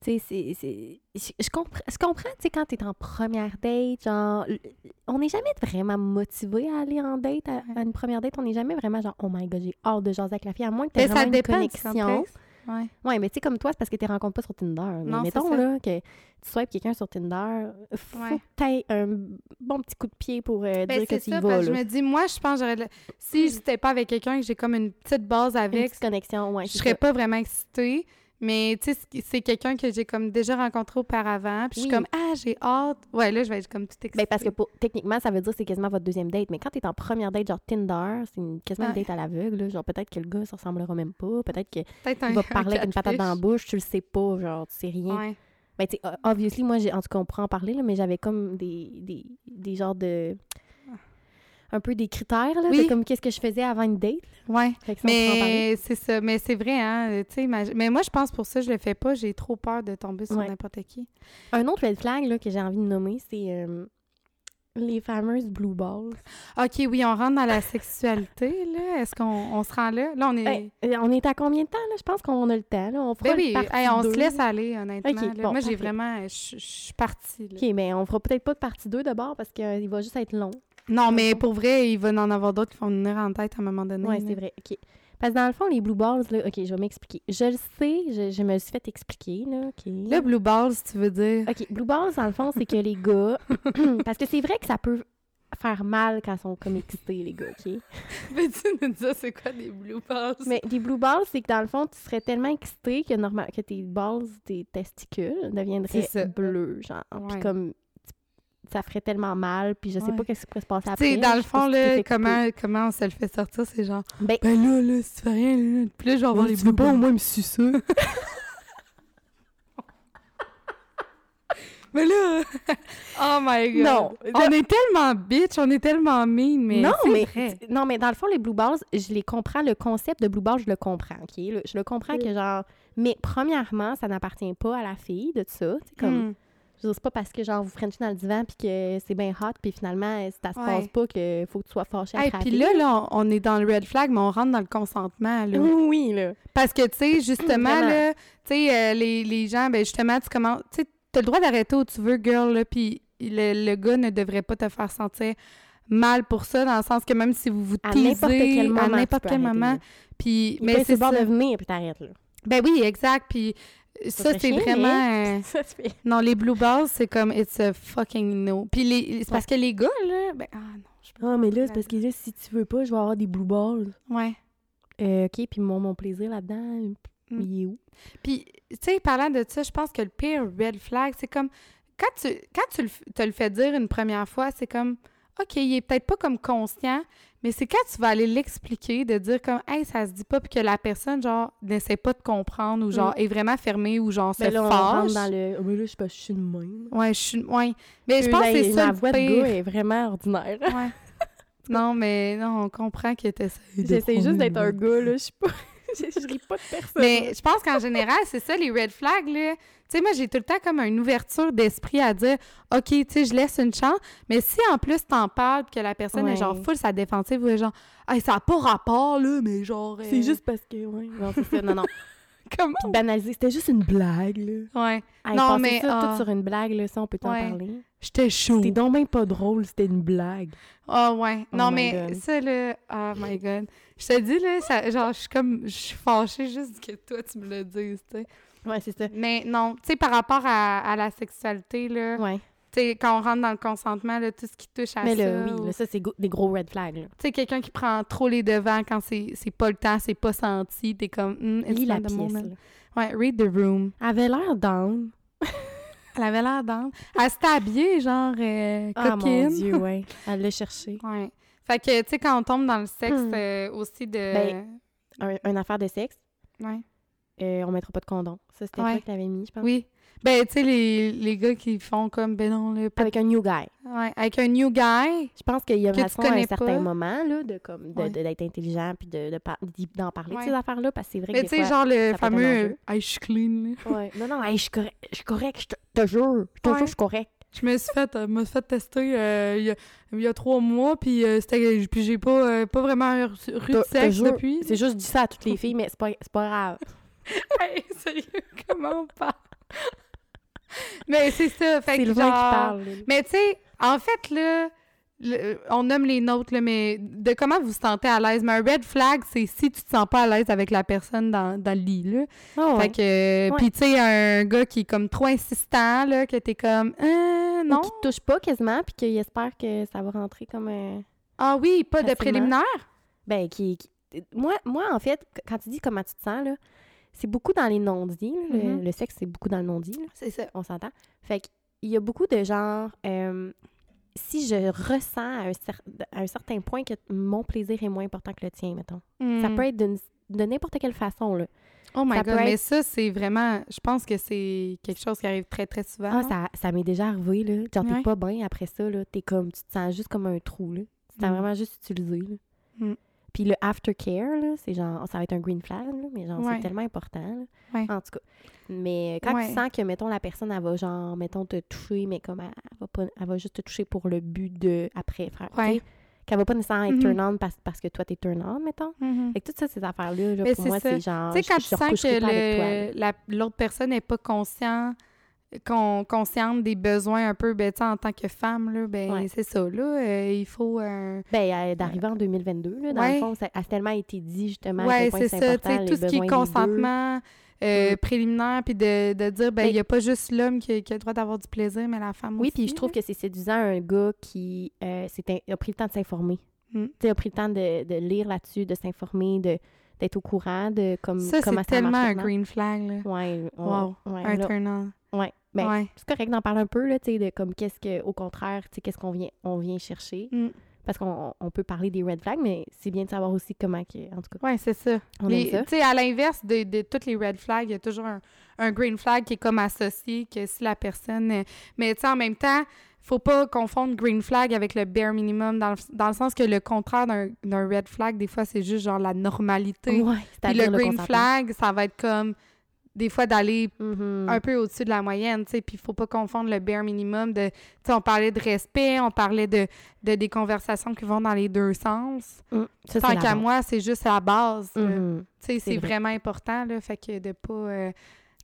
C: tu sais, c'est- c'est. Je, je comprends, je comprends, tu sais, quand t'es en première date, genre, l- on n'est jamais vraiment motivé à aller en date, à, à une première date, on n'est jamais vraiment genre, oh my god, j'ai hâte de jaser avec la fille, à moins que t'aies
D: Mais
C: vraiment
D: ça
C: une
D: dépend du
C: connexion.
D: contexte. Ouais.
C: Ouais, mais tu sais, comme toi, c'est parce que tu rencontres pas sur Tinder. là.
D: Non, c'est
C: Mettons,
D: ça.
C: là, que tu swipes quelqu'un sur Tinder, faut
D: Ouais.
C: que t'aies un bon petit coup de pied pour euh,
D: Ben,
C: dire que
D: c'est
C: tu y
D: ça,
C: vas,
D: parce
C: là. Hmm.
D: que je me dis, moi, je pense, que j'aurais de la- si j'étais pas avec quelqu'un que j'ai comme une petite base
C: Une
D: avec,
C: petite connexion, ouais.
D: je
C: c'est
D: serais
C: ça.
D: pas vraiment excitée. Mais tu sais, c'est- c'est quelqu'un que j'ai comme déjà rencontré auparavant. Puis je suis
C: Oui.
D: comme, ah, j'ai hâte. Ouais, là, je vais être comme toute excitée.
C: Ben parce que pour- techniquement, ça veut dire que c'est quasiment votre deuxième date. Mais quand t'es en première date, genre Tinder, c'est une- quasiment une
D: Ouais.
C: date à l'aveugle. là. Genre peut-être que le gars se ressemblera même pas. Peut-être qu'il
D: peut-être un,
C: va parler avec une patate dans la bouche. Tu le sais pas. Genre, tu sais rien.
D: Ouais.
C: Ben, tu sais, o- obviously, moi, j'ai- en tout cas, on pourra en parler, là, mais j'avais comme des, des, des genres de. Un peu des critères, là.
D: Oui.
C: de comme qu'est-ce que je faisais avant une date. là.
D: ouais.
C: Fait que ça, on pourra en parler.
D: Mais c'est ça. Mais c'est vrai, hein. Tu sais, imagine- Mais moi, je pense pour ça, je le fais pas. J'ai trop peur de tomber sur
C: Ouais.
D: n'importe qui.
C: Un autre red flag là, que j'ai envie de nommer, c'est euh, les fameuses blue balls.
D: OK, oui, on rentre dans la sexualité, là. Est-ce qu'on on se rend là? Là, on est.
C: Hey, euh, on est à combien de temps, là? Je pense qu'on a le temps, là. On fera
D: Ben
C: une
D: oui,
C: partie
D: hey, on
C: deux.
D: se laisse aller, honnêtement.
C: Ok,
D: là.
C: bon,
D: Moi, j'ai
C: parfait.
D: vraiment. Je je suis partie. là.
C: OK, mais on fera peut-être pas de partie 2 d'abord parce qu'il va juste être long.
D: Non, mais pour vrai, il va en avoir d'autres qui vont venir en tête à un moment donné.
C: Ouais,
D: là.
C: c'est vrai. OK. Parce que dans le fond, les blue balls, là, OK, je vais m'expliquer. Je le sais, je, je me suis fait expliquer, là, OK.
D: Le blue balls, tu veux dire.
C: OK, blue balls, dans le fond, c'est que les gars... parce que c'est vrai que ça peut faire mal quand ils sont comme excités, les gars, OK?
D: Peux-tu nous dire c'est quoi des blue balls?
C: Mais les blue balls, c'est que dans le fond, tu serais tellement excité que, normal, que tes balls, tes testicules
D: C'est ça.
C: deviendraient bleus, genre. Puis
D: Ouais.
C: comme, tu- ça ferait tellement mal, puis je sais
D: Ouais.
C: pas qu'est-ce qui pourrait se passer
D: Tu
C: après.
D: sais, dans le
C: je sais pas
D: fond,
C: si tu t'es
D: là,
C: fait couper.
D: comment, comment on se le fait sortir, c'est genre,
C: Ben,
D: ben là, là, si tu fais rien, là, puis là, je vais avoir les
C: tu
D: blue
C: veux pas,
D: balls. moi, il me sucer. Mais là, oh my god.
C: Non.
D: On est tellement bitch, on est tellement mean, mais
C: non,
D: c'est
C: mais,
D: vrai.
C: t- non, mais dans le fond, les Blue Balls, je les comprends. Le concept de Blue Balls, je le comprends, OK? Le- je le comprends que, genre... Mais premièrement, ça n'appartient pas à la fille de ça. C'est comme...
D: Hmm.
C: Je veux dire, c'est pas parce que, genre, vous frenchez dans le divan puis que c'est bien hot, puis finalement, euh, ça se
D: Ouais.
C: passe pas que faut que tu sois fâché
D: Hey,
C: après la
D: puis
C: fille.
D: là, là, on on est dans le red flag, mais on rentre dans le consentement, là.
C: Oui, oui, là.
D: Parce que, tu sais, justement,
C: Mm-hmm. Vraiment.
D: là, tu sais, euh, les, les gens, ben justement, tu commences, tu sais, t'as le droit d'arrêter où tu veux, girl, là, puis le, le gars ne devrait pas te faire sentir mal pour ça, dans le sens que même si vous vous
C: À
D: teasez
C: n'importe quel moment,
D: à
C: tu
D: n'importe
C: peux
D: quel
C: arrêter,
D: moment,
C: là.
D: puis,
C: Il
D: mais c'est ça.
C: bord de venir, puis t'arrêtes, là.
D: Ben oui, exact, puis ça,
C: serait
D: c'est
C: chiant,
D: vraiment... euh,
C: mais- Ça se fait.
D: non, les blue balls, c'est comme, it's a fucking no. Puis les- c'est parce que les gars, là, ben, ah non, je
C: Ah, mais là, c'est parce que là, si tu veux pas, je vais avoir des Blue Balls.
D: Ouais.
C: Euh, OK, puis mon, mon plaisir là-dedans, il est où?
D: Puis, tu sais, parlant de ça, je pense que le pire red flag, c'est comme quand tu, quand tu le f- te le fais dire une première fois, c'est comme OK, il est peut-être pas comme conscient, mais c'est quand tu vas aller l'expliquer, de dire comme Hey, ça se dit pas, puis que la personne, genre, n'essaie pas de comprendre ou genre est vraiment fermée ou genre
C: Mm. Ben
D: se
C: là, on rentre
D: fâche.
C: dans le... Mais là, je sais pas, je suis de même.
D: Ouais, je suis. Ouais. Mais je pense que c'est ça
C: Ma
D: le
C: voix
D: pire.
C: de gars est vraiment ordinaire.
D: Ouais. Non, mais non, on comprend que t'essaies. de
C: J'essaie juste
D: prendre
C: d'être
D: une
C: un gars, là. Je suis pas... Je je ris pas de personne.
D: Mais je pense qu'en général, c'est ça, les red flags, là. Tu sais, moi, j'ai tout le temps comme une ouverture d'esprit à dire, OK, tu sais, je laisse une chance, mais si en plus t'en parles pis que la personne est
C: Ouais.
D: genre full sa défensive ou est genre, hey, ça n'a pas rapport, là, mais genre. euh,
C: C'est juste parce que, ouais. Non, c'est ça, non, non. Puis
D: Comment?
C: banaliser, c'était juste une blague, là.
D: Ouais.
C: Hey,
D: Non,
C: passer
D: mais,
C: ça,
D: ah.
C: tout sur une blague, là, ça, on peut t'en
D: Ouais.
C: parler.
D: J'étais chaud.
C: T'es donc même pas drôle, c'était une blague.
D: Ah, ouais.
C: Oh
D: non,
C: my
D: mais
C: God.
D: ça, là, oh my God. Je te dis, là, ça, genre, je suis comme, je suis fâchée juste que toi, tu me le dises, tu sais.
C: Ouais, c'est ça.
D: Mais non, tu sais, par rapport à, à la sexualité, là,
C: Ouais.
D: tu sais, quand on rentre dans le consentement, là, tout ce qui touche à
C: Mais
D: ça.
C: là, oui,
D: ou-
C: là, ça, c'est go- des gros red flags, là.
D: tu sais, quelqu'un qui prend trop les devants quand c'est c'est pas le temps, c'est pas senti, t'es comme, hmm, it's
C: Lis la
D: not the
C: pièce,
D: moment.
C: là.
D: Ouais, read the room.
C: Elle avait l'air down.
D: Elle avait l'air d'âme. Elle s'était habillée, genre, euh,
C: Ah,
D: coquine.
C: mon Dieu, ouais. Elle l'a cherché.
D: Ouais. Fait que, tu sais, quand on tombe dans le sexe
C: Hmm.
D: euh, aussi de.
C: Ben, Un, une affaire de sexe,
D: ouais.
C: euh, on mettra pas de condom. Ça, c'était
D: Ouais.
C: toi qui l'avais mis, je pense.
D: Oui. Ben, tu sais, les, les gars qui font comme, ben non, le.
C: Avec un new guy.
D: Ouais, avec un new guy.
C: Je pense qu'il y a
D: Que tu
C: façon à
D: connais
C: un
D: pas.
C: certain moment là, de comme de-
D: Ouais.
C: de- d'être intelligent puis de, de par- d'y- d'en parler
D: Ouais.
C: de ces affaires-là parce que c'est vrai
D: Mais
C: que
D: tu
C: des
D: sais,
C: fois...
D: genre, le
C: ça peut être un
D: fameux.
C: enjeu.
D: Hey, je suis clean, là.
C: Ouais. Non, non, hey, je suis correct, je suis correct, je te, te jure, je te
D: Ouais.
C: jure, je suis correct.
D: Je me suis fait, euh, me suis fait tester euh, il y, a- il y a trois mois, puis euh, c'était- puis j'ai pas, euh, pas vraiment reçu reçu
C: Te-
D: de
C: te
D: sexe
C: jure.
D: depuis.
C: C'est juste dit ça à toutes les filles, mais c'est pas, c'est pas grave.
D: Hey, sérieux, comment on parle? Mais c'est ça, fait
C: C'est
D: que
C: le vent
D: genre...
C: qui parle. là.
D: Mais tu sais, en fait, là, le- on nomme les nôtres, là, mais de comment vous vous sentez à l'aise. Mais un red flag, c'est si tu te sens pas à l'aise avec la personne dans, dans le lit, là.
C: Ah ouais.
D: Fait que...
C: Ouais.
D: Puis tu sais, un gars qui est comme trop insistant, là, que t'es comme... Euh,
C: Ou
D: non?
C: qui te touche pas quasiment puis qu'il espère que ça va rentrer comme un...
D: Ah oui, pas de
C: Facilement.
D: préliminaire?
C: Ben, qui... qui- Moi, moi, en fait, qu- quand tu dis comment tu te sens, là, c'est beaucoup dans les non-dits. là. Le,
D: Mhm.
C: le sexe, c'est beaucoup dans le non-dit. là.
D: C'est ça.
C: on s'entend. Fait qu'il y a beaucoup de genre, euh, si je ressens à un, cer- à un certain point que mon plaisir est moins important que le tien, mettons. Ça peut être d'une- de n'importe quelle façon, là.
D: Hmm. Oh my
C: ça
D: God,
C: peut
D: mais
C: être-
D: ça, c'est vraiment... Je pense que c'est quelque chose qui arrive très, très souvent.
C: Ah,
D: non?
C: ça, ça m'est déjà arrivé, là. Genre, t'es
D: Ouais.
C: pas bien après ça, là. T'es comme, tu te sens juste comme un trou, là. Tu t'es
D: Mm.
C: vraiment juste utilisé, là.
D: Mm.
C: Puis le aftercare, là, c'est genre, ça va être un green flag, là, mais genre,
D: Ouais.
C: c'est tellement important, là.
D: Ouais.
C: En tout cas. Mais euh, quand
D: Ouais.
C: tu sens que, mettons, la personne, elle va genre, mettons, te toucher, mais comme, elle, elle va, pas, elle va juste te toucher pour le but de, après, faire, tu
D: Ouais.
C: sais, qu'elle va pas nécessairement être
D: Mhm.
C: turn on parce, parce que toi, t'es turn on, mettons.
D: Mhm.
C: Fait que toutes ça, ces affaires-là, là,
D: Mais
C: pour
D: c'est
C: moi,
D: ça.
C: c'est genre,
D: Tu sais, quand
C: je, je
D: tu sens
C: recoucherai
D: que
C: pas avec toi, là.
D: le- la- l'autre personne n'est pas conscient qu'on consciente des besoins un peu, ben, tu sais, en tant que femme, là, ben,
C: Ouais.
D: c'est ça, là, euh, il faut un...
C: Ben, euh, d'arriver en 2022, là, dans
D: Ouais.
C: le fond, ça a tellement été dit justement. à
D: Ouais,
C: quel point
D: c'est ça, tu
C: important,
D: sais,
C: les
D: tout ce qui
C: besoins
D: est
C: des deux. Mm.
D: consentement euh, préliminaire, puis de, de dire, ben, il
C: Mais-
D: n'y a pas juste l'homme qui, qui a le droit d'avoir du plaisir, mais la femme
C: Oui,
D: aussi.
C: puis je trouve
D: là.
C: que c'est séduisant un gars qui euh, s'est in- a pris le temps de s'informer.
D: Mm.
C: Tu sais, a pris le temps de, de lire là-dessus, de s'informer, de d'être au courant de comme,
D: Ça,
C: comment
D: c'est
C: ça marche
D: tellement un
C: maintenant.
D: green flag, là.
C: Ouais, on-
D: Wow,
C: ouais,
D: un
C: là,
D: turn-on.
C: ouais. Ben,
D: ouais.
C: c'est correct d'en parler un peu là, tu sais, de comme qu'est-ce que au contraire, tu sais, qu'est-ce qu'on vient on vient chercher
D: Mm.
C: parce qu'on on peut parler des red flags, mais c'est bien de savoir aussi comment que, en tout cas,
D: Ouais, c'est ça.
C: on
D: Les-
C: aime ça.
D: Tu sais, à l'inverse de, de toutes les red flags, il y a toujours un, un green flag qui est comme associé que si la personne. euh, Mais tu sais, en même temps, faut pas confondre green flag avec le bare minimum dans le, dans le sens que le contraire d'un d'un red flag, des fois, c'est juste genre la normalité.
C: Ouais,
D: Puis
C: c'est-à-dire
D: le green
C: consentement.
D: flag, ça va être comme des fois d'aller
C: Mhm.
D: un peu au-dessus de la moyenne, tu sais, puis faut pas confondre le bare minimum de, tu sais, on parlait de respect, on parlait de, de des conversations qui vont dans les deux sens.
C: Mm, ça, c'est
D: Tant
C: la
D: qu'à
C: base.
D: moi, c'est juste la base. là.
C: Mhm.
D: Tu sais, c'est
C: vrai.
D: vraiment important, là, fait que de pas... euh,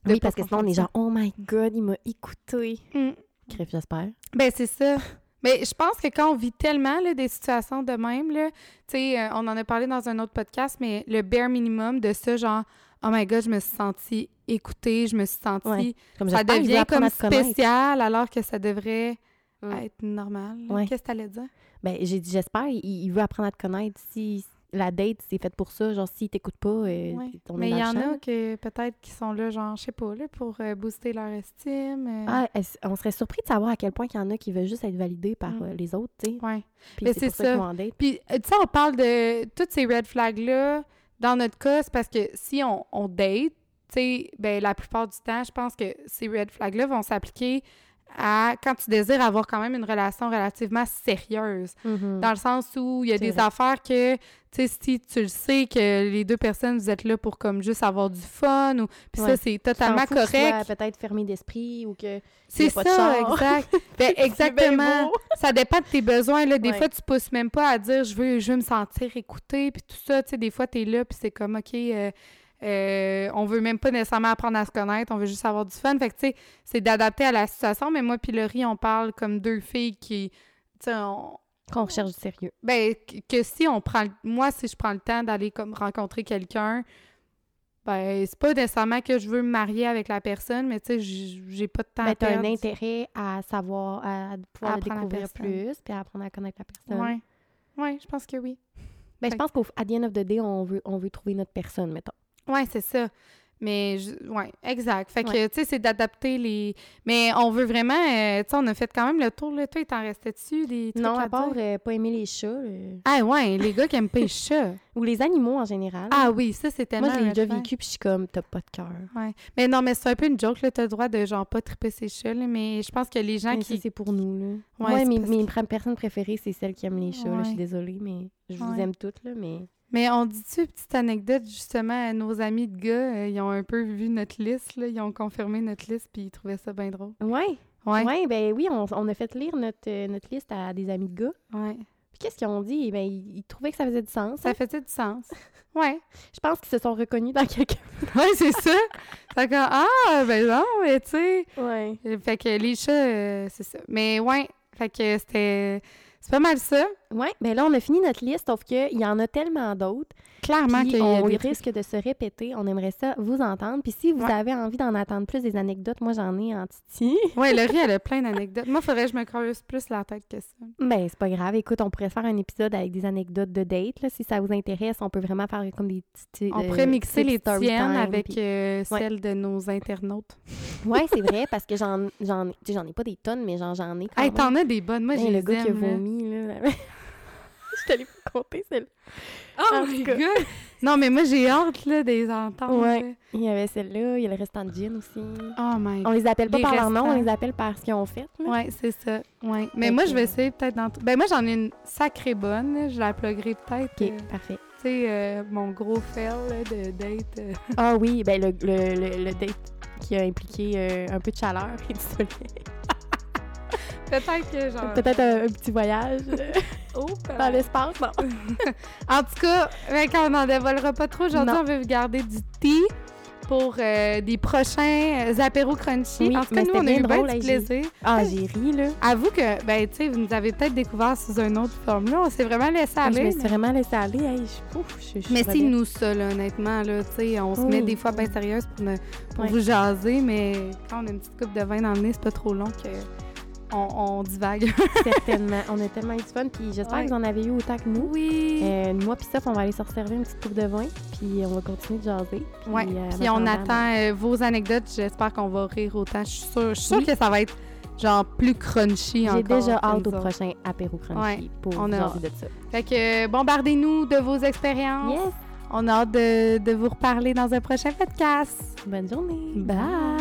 D: de
C: Oui,
D: pas
C: parce que sinon, on est genre, oh my god, il m'a écouté.
D: Mm.
C: Crève, j'espère.
D: Ben, c'est ça. Mais je pense que quand on vit tellement là, des situations de même, là, tu sais, euh, on en a parlé dans un autre podcast, mais le bare minimum de ça, genre, oh my god, je me suis sentie écoutée, je me suis sentie.
C: Ouais. Comme
D: Ça
C: j'espère, il veut
D: devient
C: apprendre
D: comme
C: à te connaître.
D: spécial alors que ça devrait
C: Mm.
D: être normal.
C: Ouais.
D: Qu'est-ce que t'allais dire?
C: Ben, j'ai dit, j'espère, il, il veut apprendre à te connaître. Si la date, c'est faite pour ça, genre, s'il t'écoute pas, euh,
D: Ouais.
C: on
D: Mais
C: est
D: il
C: dans
D: y
C: le
D: en
C: champ,
D: a
C: là.
D: que peut-être qui sont là, genre, je sais pas, là, pour euh, booster leur estime. euh,
C: Ah, est-ce- on serait surpris de savoir à quel point il y en a qui veulent juste être validés par
D: Mm.
C: euh, les autres, tu sais.
D: ouais.
C: Puis
D: Mais
C: c'est
D: c'est
C: pour ça,
D: ça.
C: qu'ils vont en date.
D: Puis, euh, tu sais, on parle de toutes ces red flags-là. Dans notre cas, c'est parce que si on, on date, tu sais, ben, la plupart du temps, je pense que ces red flags-là vont s'appliquer à quand tu désires avoir quand même une relation relativement sérieuse. Dans le sens où il y a
C: Mm. C'est
D: des
C: vrai.
D: affaires que, tu sais, si tu le sais que les deux personnes, vous êtes là pour comme juste avoir du fun ou. Puis ça,
C: Ouais.
D: c'est
C: Je m'en
D: totalement
C: fous que tu sois
D: correct.
C: Peut-être fermé d'esprit ou que. Il y
D: C'est
C: a pas
D: ça,
C: de char.
D: exact. Ben, exactement.
C: beau.
D: ça dépend de tes besoins. Là. Des
C: Ouais.
D: fois, tu pousses même pas à dire je veux, je veux me sentir écoutée, puis tout ça. Tu sais, des fois, tu es là, puis c'est comme OK, euh, euh, on veut même pas nécessairement apprendre à se connaître, on veut juste avoir du fun. Fait que, tu sais, c'est d'adapter à la situation. Mais moi, puis Laurie, on parle comme deux filles qui. Tu sais, on-
C: Qu'on recherche du sérieux.
D: ben, que- que si on prend. le- Moi, si je prends le temps d'aller comme rencontrer quelqu'un, ben, c'est pas nécessairement que je veux me marier avec la personne, mais tu sais, j- j'ai pas de temps à
C: Ben, t'as un
D: perdre.
C: intérêt à savoir, à pouvoir
D: À
C: le
D: apprendre la
C: découvrir
D: personne.
C: plus, puis à apprendre à connaître la personne.
D: Ouais. Ouais, je pense que oui.
C: Ben,
D: Fait
C: je pense qu'au à the end of the day, on veut, on veut trouver notre personne, mettons.
D: Ouais, c'est ça. Mais, je- ouais, exact. Fait que,
C: Ouais.
D: tu sais, c'est d'adapter les. Mais on veut vraiment. euh, tu sais, on a fait quand même le tour, là. Toi, il t'en restait dessus, des trucs
C: non,
D: à
C: à part
D: dire?
C: euh, pas aimer les chats euh,
D: Ah, ouais, les gars qui aiment pas les chats.
C: ou les animaux en général.
D: Ah, oui, ça, c'est tellement.
C: Moi, je
D: un
C: l'ai
D: red
C: déjà
D: flag.
C: vécu, puis je suis comme, t'as pas de cœur.
D: Ouais. Mais non, mais c'est un peu une joke, là. T'as le droit de, genre, pas triper ses chats, là, Mais je pense que les gens
C: Mais ça,
D: qui.
C: c'est pour nous, là.
D: Ouais,
C: Ouais,
D: c'est
C: mes,
D: parce
C: mes pr- personnes préférées, c'est celles qui aiment les chats, là. Je
D: Ouais.
C: suis désolée, mais je vous
D: Ouais.
C: aime toutes, là, mais...
D: Mais on dit-tu, petite anecdote, justement, à nos amis de gars, euh, ils ont un peu vu notre liste, là. Ils ont confirmé notre liste, puis ils trouvaient ça bien drôle.
C: Ouais,
D: Ouais.
C: ouais, ben oui, on, on a fait lire notre, euh, notre liste à des amis de gars.
D: Ouais.
C: Puis qu'est-ce qu'ils ont dit? Eh Ben, ils, ils trouvaient que ça faisait du sens. hein.
D: Ça faisait du sens. Ouais.
C: Je pense qu'ils se sont reconnus dans quelqu'un.
D: Ouais, c'est ça. Fait que, ah, ben non, mais tu sais.
C: Ouais.
D: Fait que les chats, euh, c'est ça. Mais ouais, fait que c'était. C'est pas mal ça.
C: Ouais, ben là, on a fini notre liste, sauf qu'il y en a tellement d'autres.
D: Clairement
C: Puis
D: qu'il y a
C: on
D: des trucs-
C: risque de se répéter. On aimerait ça vous entendre. Puis si vous
D: Ouais.
C: avez envie d'en attendre plus des anecdotes, moi j'en ai en titi.
D: Ouais, Laurie, elle a plein d'anecdotes. Moi, faudrait que je me creuse plus la tête que ça.
C: Ben c'est pas grave. Écoute, on pourrait faire un épisode avec des anecdotes de date. Là, si ça vous intéresse, on peut vraiment faire comme des petits.
D: On
C: euh,
D: pourrait mixer
C: petits
D: les
C: story
D: tiennes
C: time,
D: avec
C: puis-
D: euh, celles de nos internautes.
C: Ouais, c'est vrai parce que j'en j'en ai- tu sais, j'en ai pas des tonnes, mais j'en j'en ai quand
D: Hey,
C: même.
D: t'en as des bonnes. Moi,
C: Ah Hey,
D: j'ai
C: le gars qui a
D: aime, hein.
C: vomi là. Je t'allais pas compter celle.
D: là.
C: En
D: Oh
C: tout
D: my
C: cas.
D: god! Non, mais moi, j'ai hâte, là, des entendre.
C: Ouais. Il y avait celle-là. Il y a le restant de gin aussi.
D: là. Oh my
C: On les appelle pas
D: Les
C: par leur nom, on
D: restants.
C: les appelle par ce qu'ils ont fait. là.
D: Ouais, c'est ça. Ouais. Mais
C: Fait
D: moi,
C: que-
D: je vais essayer peut-être dans. Ben, moi, j'en ai une sacrée bonne. là. Je la pluguerai peut-être.
C: Ok,
D: euh,
C: parfait.
D: tu sais, euh, mon gros fail là, de date. euh.
C: Ah oui, ben le, le, le, le date qui a impliqué euh, un peu de chaleur et du soleil.
D: Peut-être que genre.
C: Peut-être un, un petit voyage euh,
D: Oh,
C: dans l'espace. Non.
D: En tout cas, ben, quand on n'en ben, dévoilera pas trop aujourd'hui,
C: Non.
D: on veut vous garder du thé. pour euh, des prochains euh, apéros crunchy.
C: Oui,
D: en tout cas,
C: mais
D: nous,
C: c'était
D: on a
C: bien
D: eu bien
C: drôle,
D: du
C: hein, j'ai-
D: plaisir.
C: Ah, j'ai ri, là.
D: Avoue que, ben, tu sais, vous nous avez peut-être découvert sous un autre forme. Là, on s'est vraiment laissé
C: Ah, je me
D: aller.
C: suis vraiment laissée aller. Hey, je, ouf, je, je
D: Mais
C: suis
D: c'est
C: rebelle.
D: nous ça, là, honnêtement. Là, tu sais, on se
C: Oui.
D: met des fois bien sérieuse pour, ne- pour
C: Ouais.
D: vous jaser, mais quand on a une petite coupe de vin dans le nez, c'est pas trop long que on, on divague.
C: Certainement. On a tellement eu du fun. Puis j'espère
D: Ouais.
C: que vous en avez eu autant que nous.
D: Oui!
C: Euh, moi puis Steph, on va aller se resservir une petite coupe de vin, puis on va continuer de jaser. Puis,
D: Ouais.
C: euh,
D: Puis
C: en
D: on
C: attendant,
D: attend euh, vos anecdotes. J'espère qu'on va rire autant. Je suis sûre, je suis sûre
C: Oui.
D: que ça va être genre plus crunchy
C: J'ai
D: encore.
C: déjà
D: que
C: hâte
D: nous
C: au
D: autres.
C: prochain apéro crunchy pour
D: on
C: vous
D: a
C: jaser de ça.
D: Fait que euh, bombardez-nous de vos expériences.
C: Yes!
D: On a hâte de, de vous reparler dans un prochain podcast.
C: Bonne journée!
D: Bye.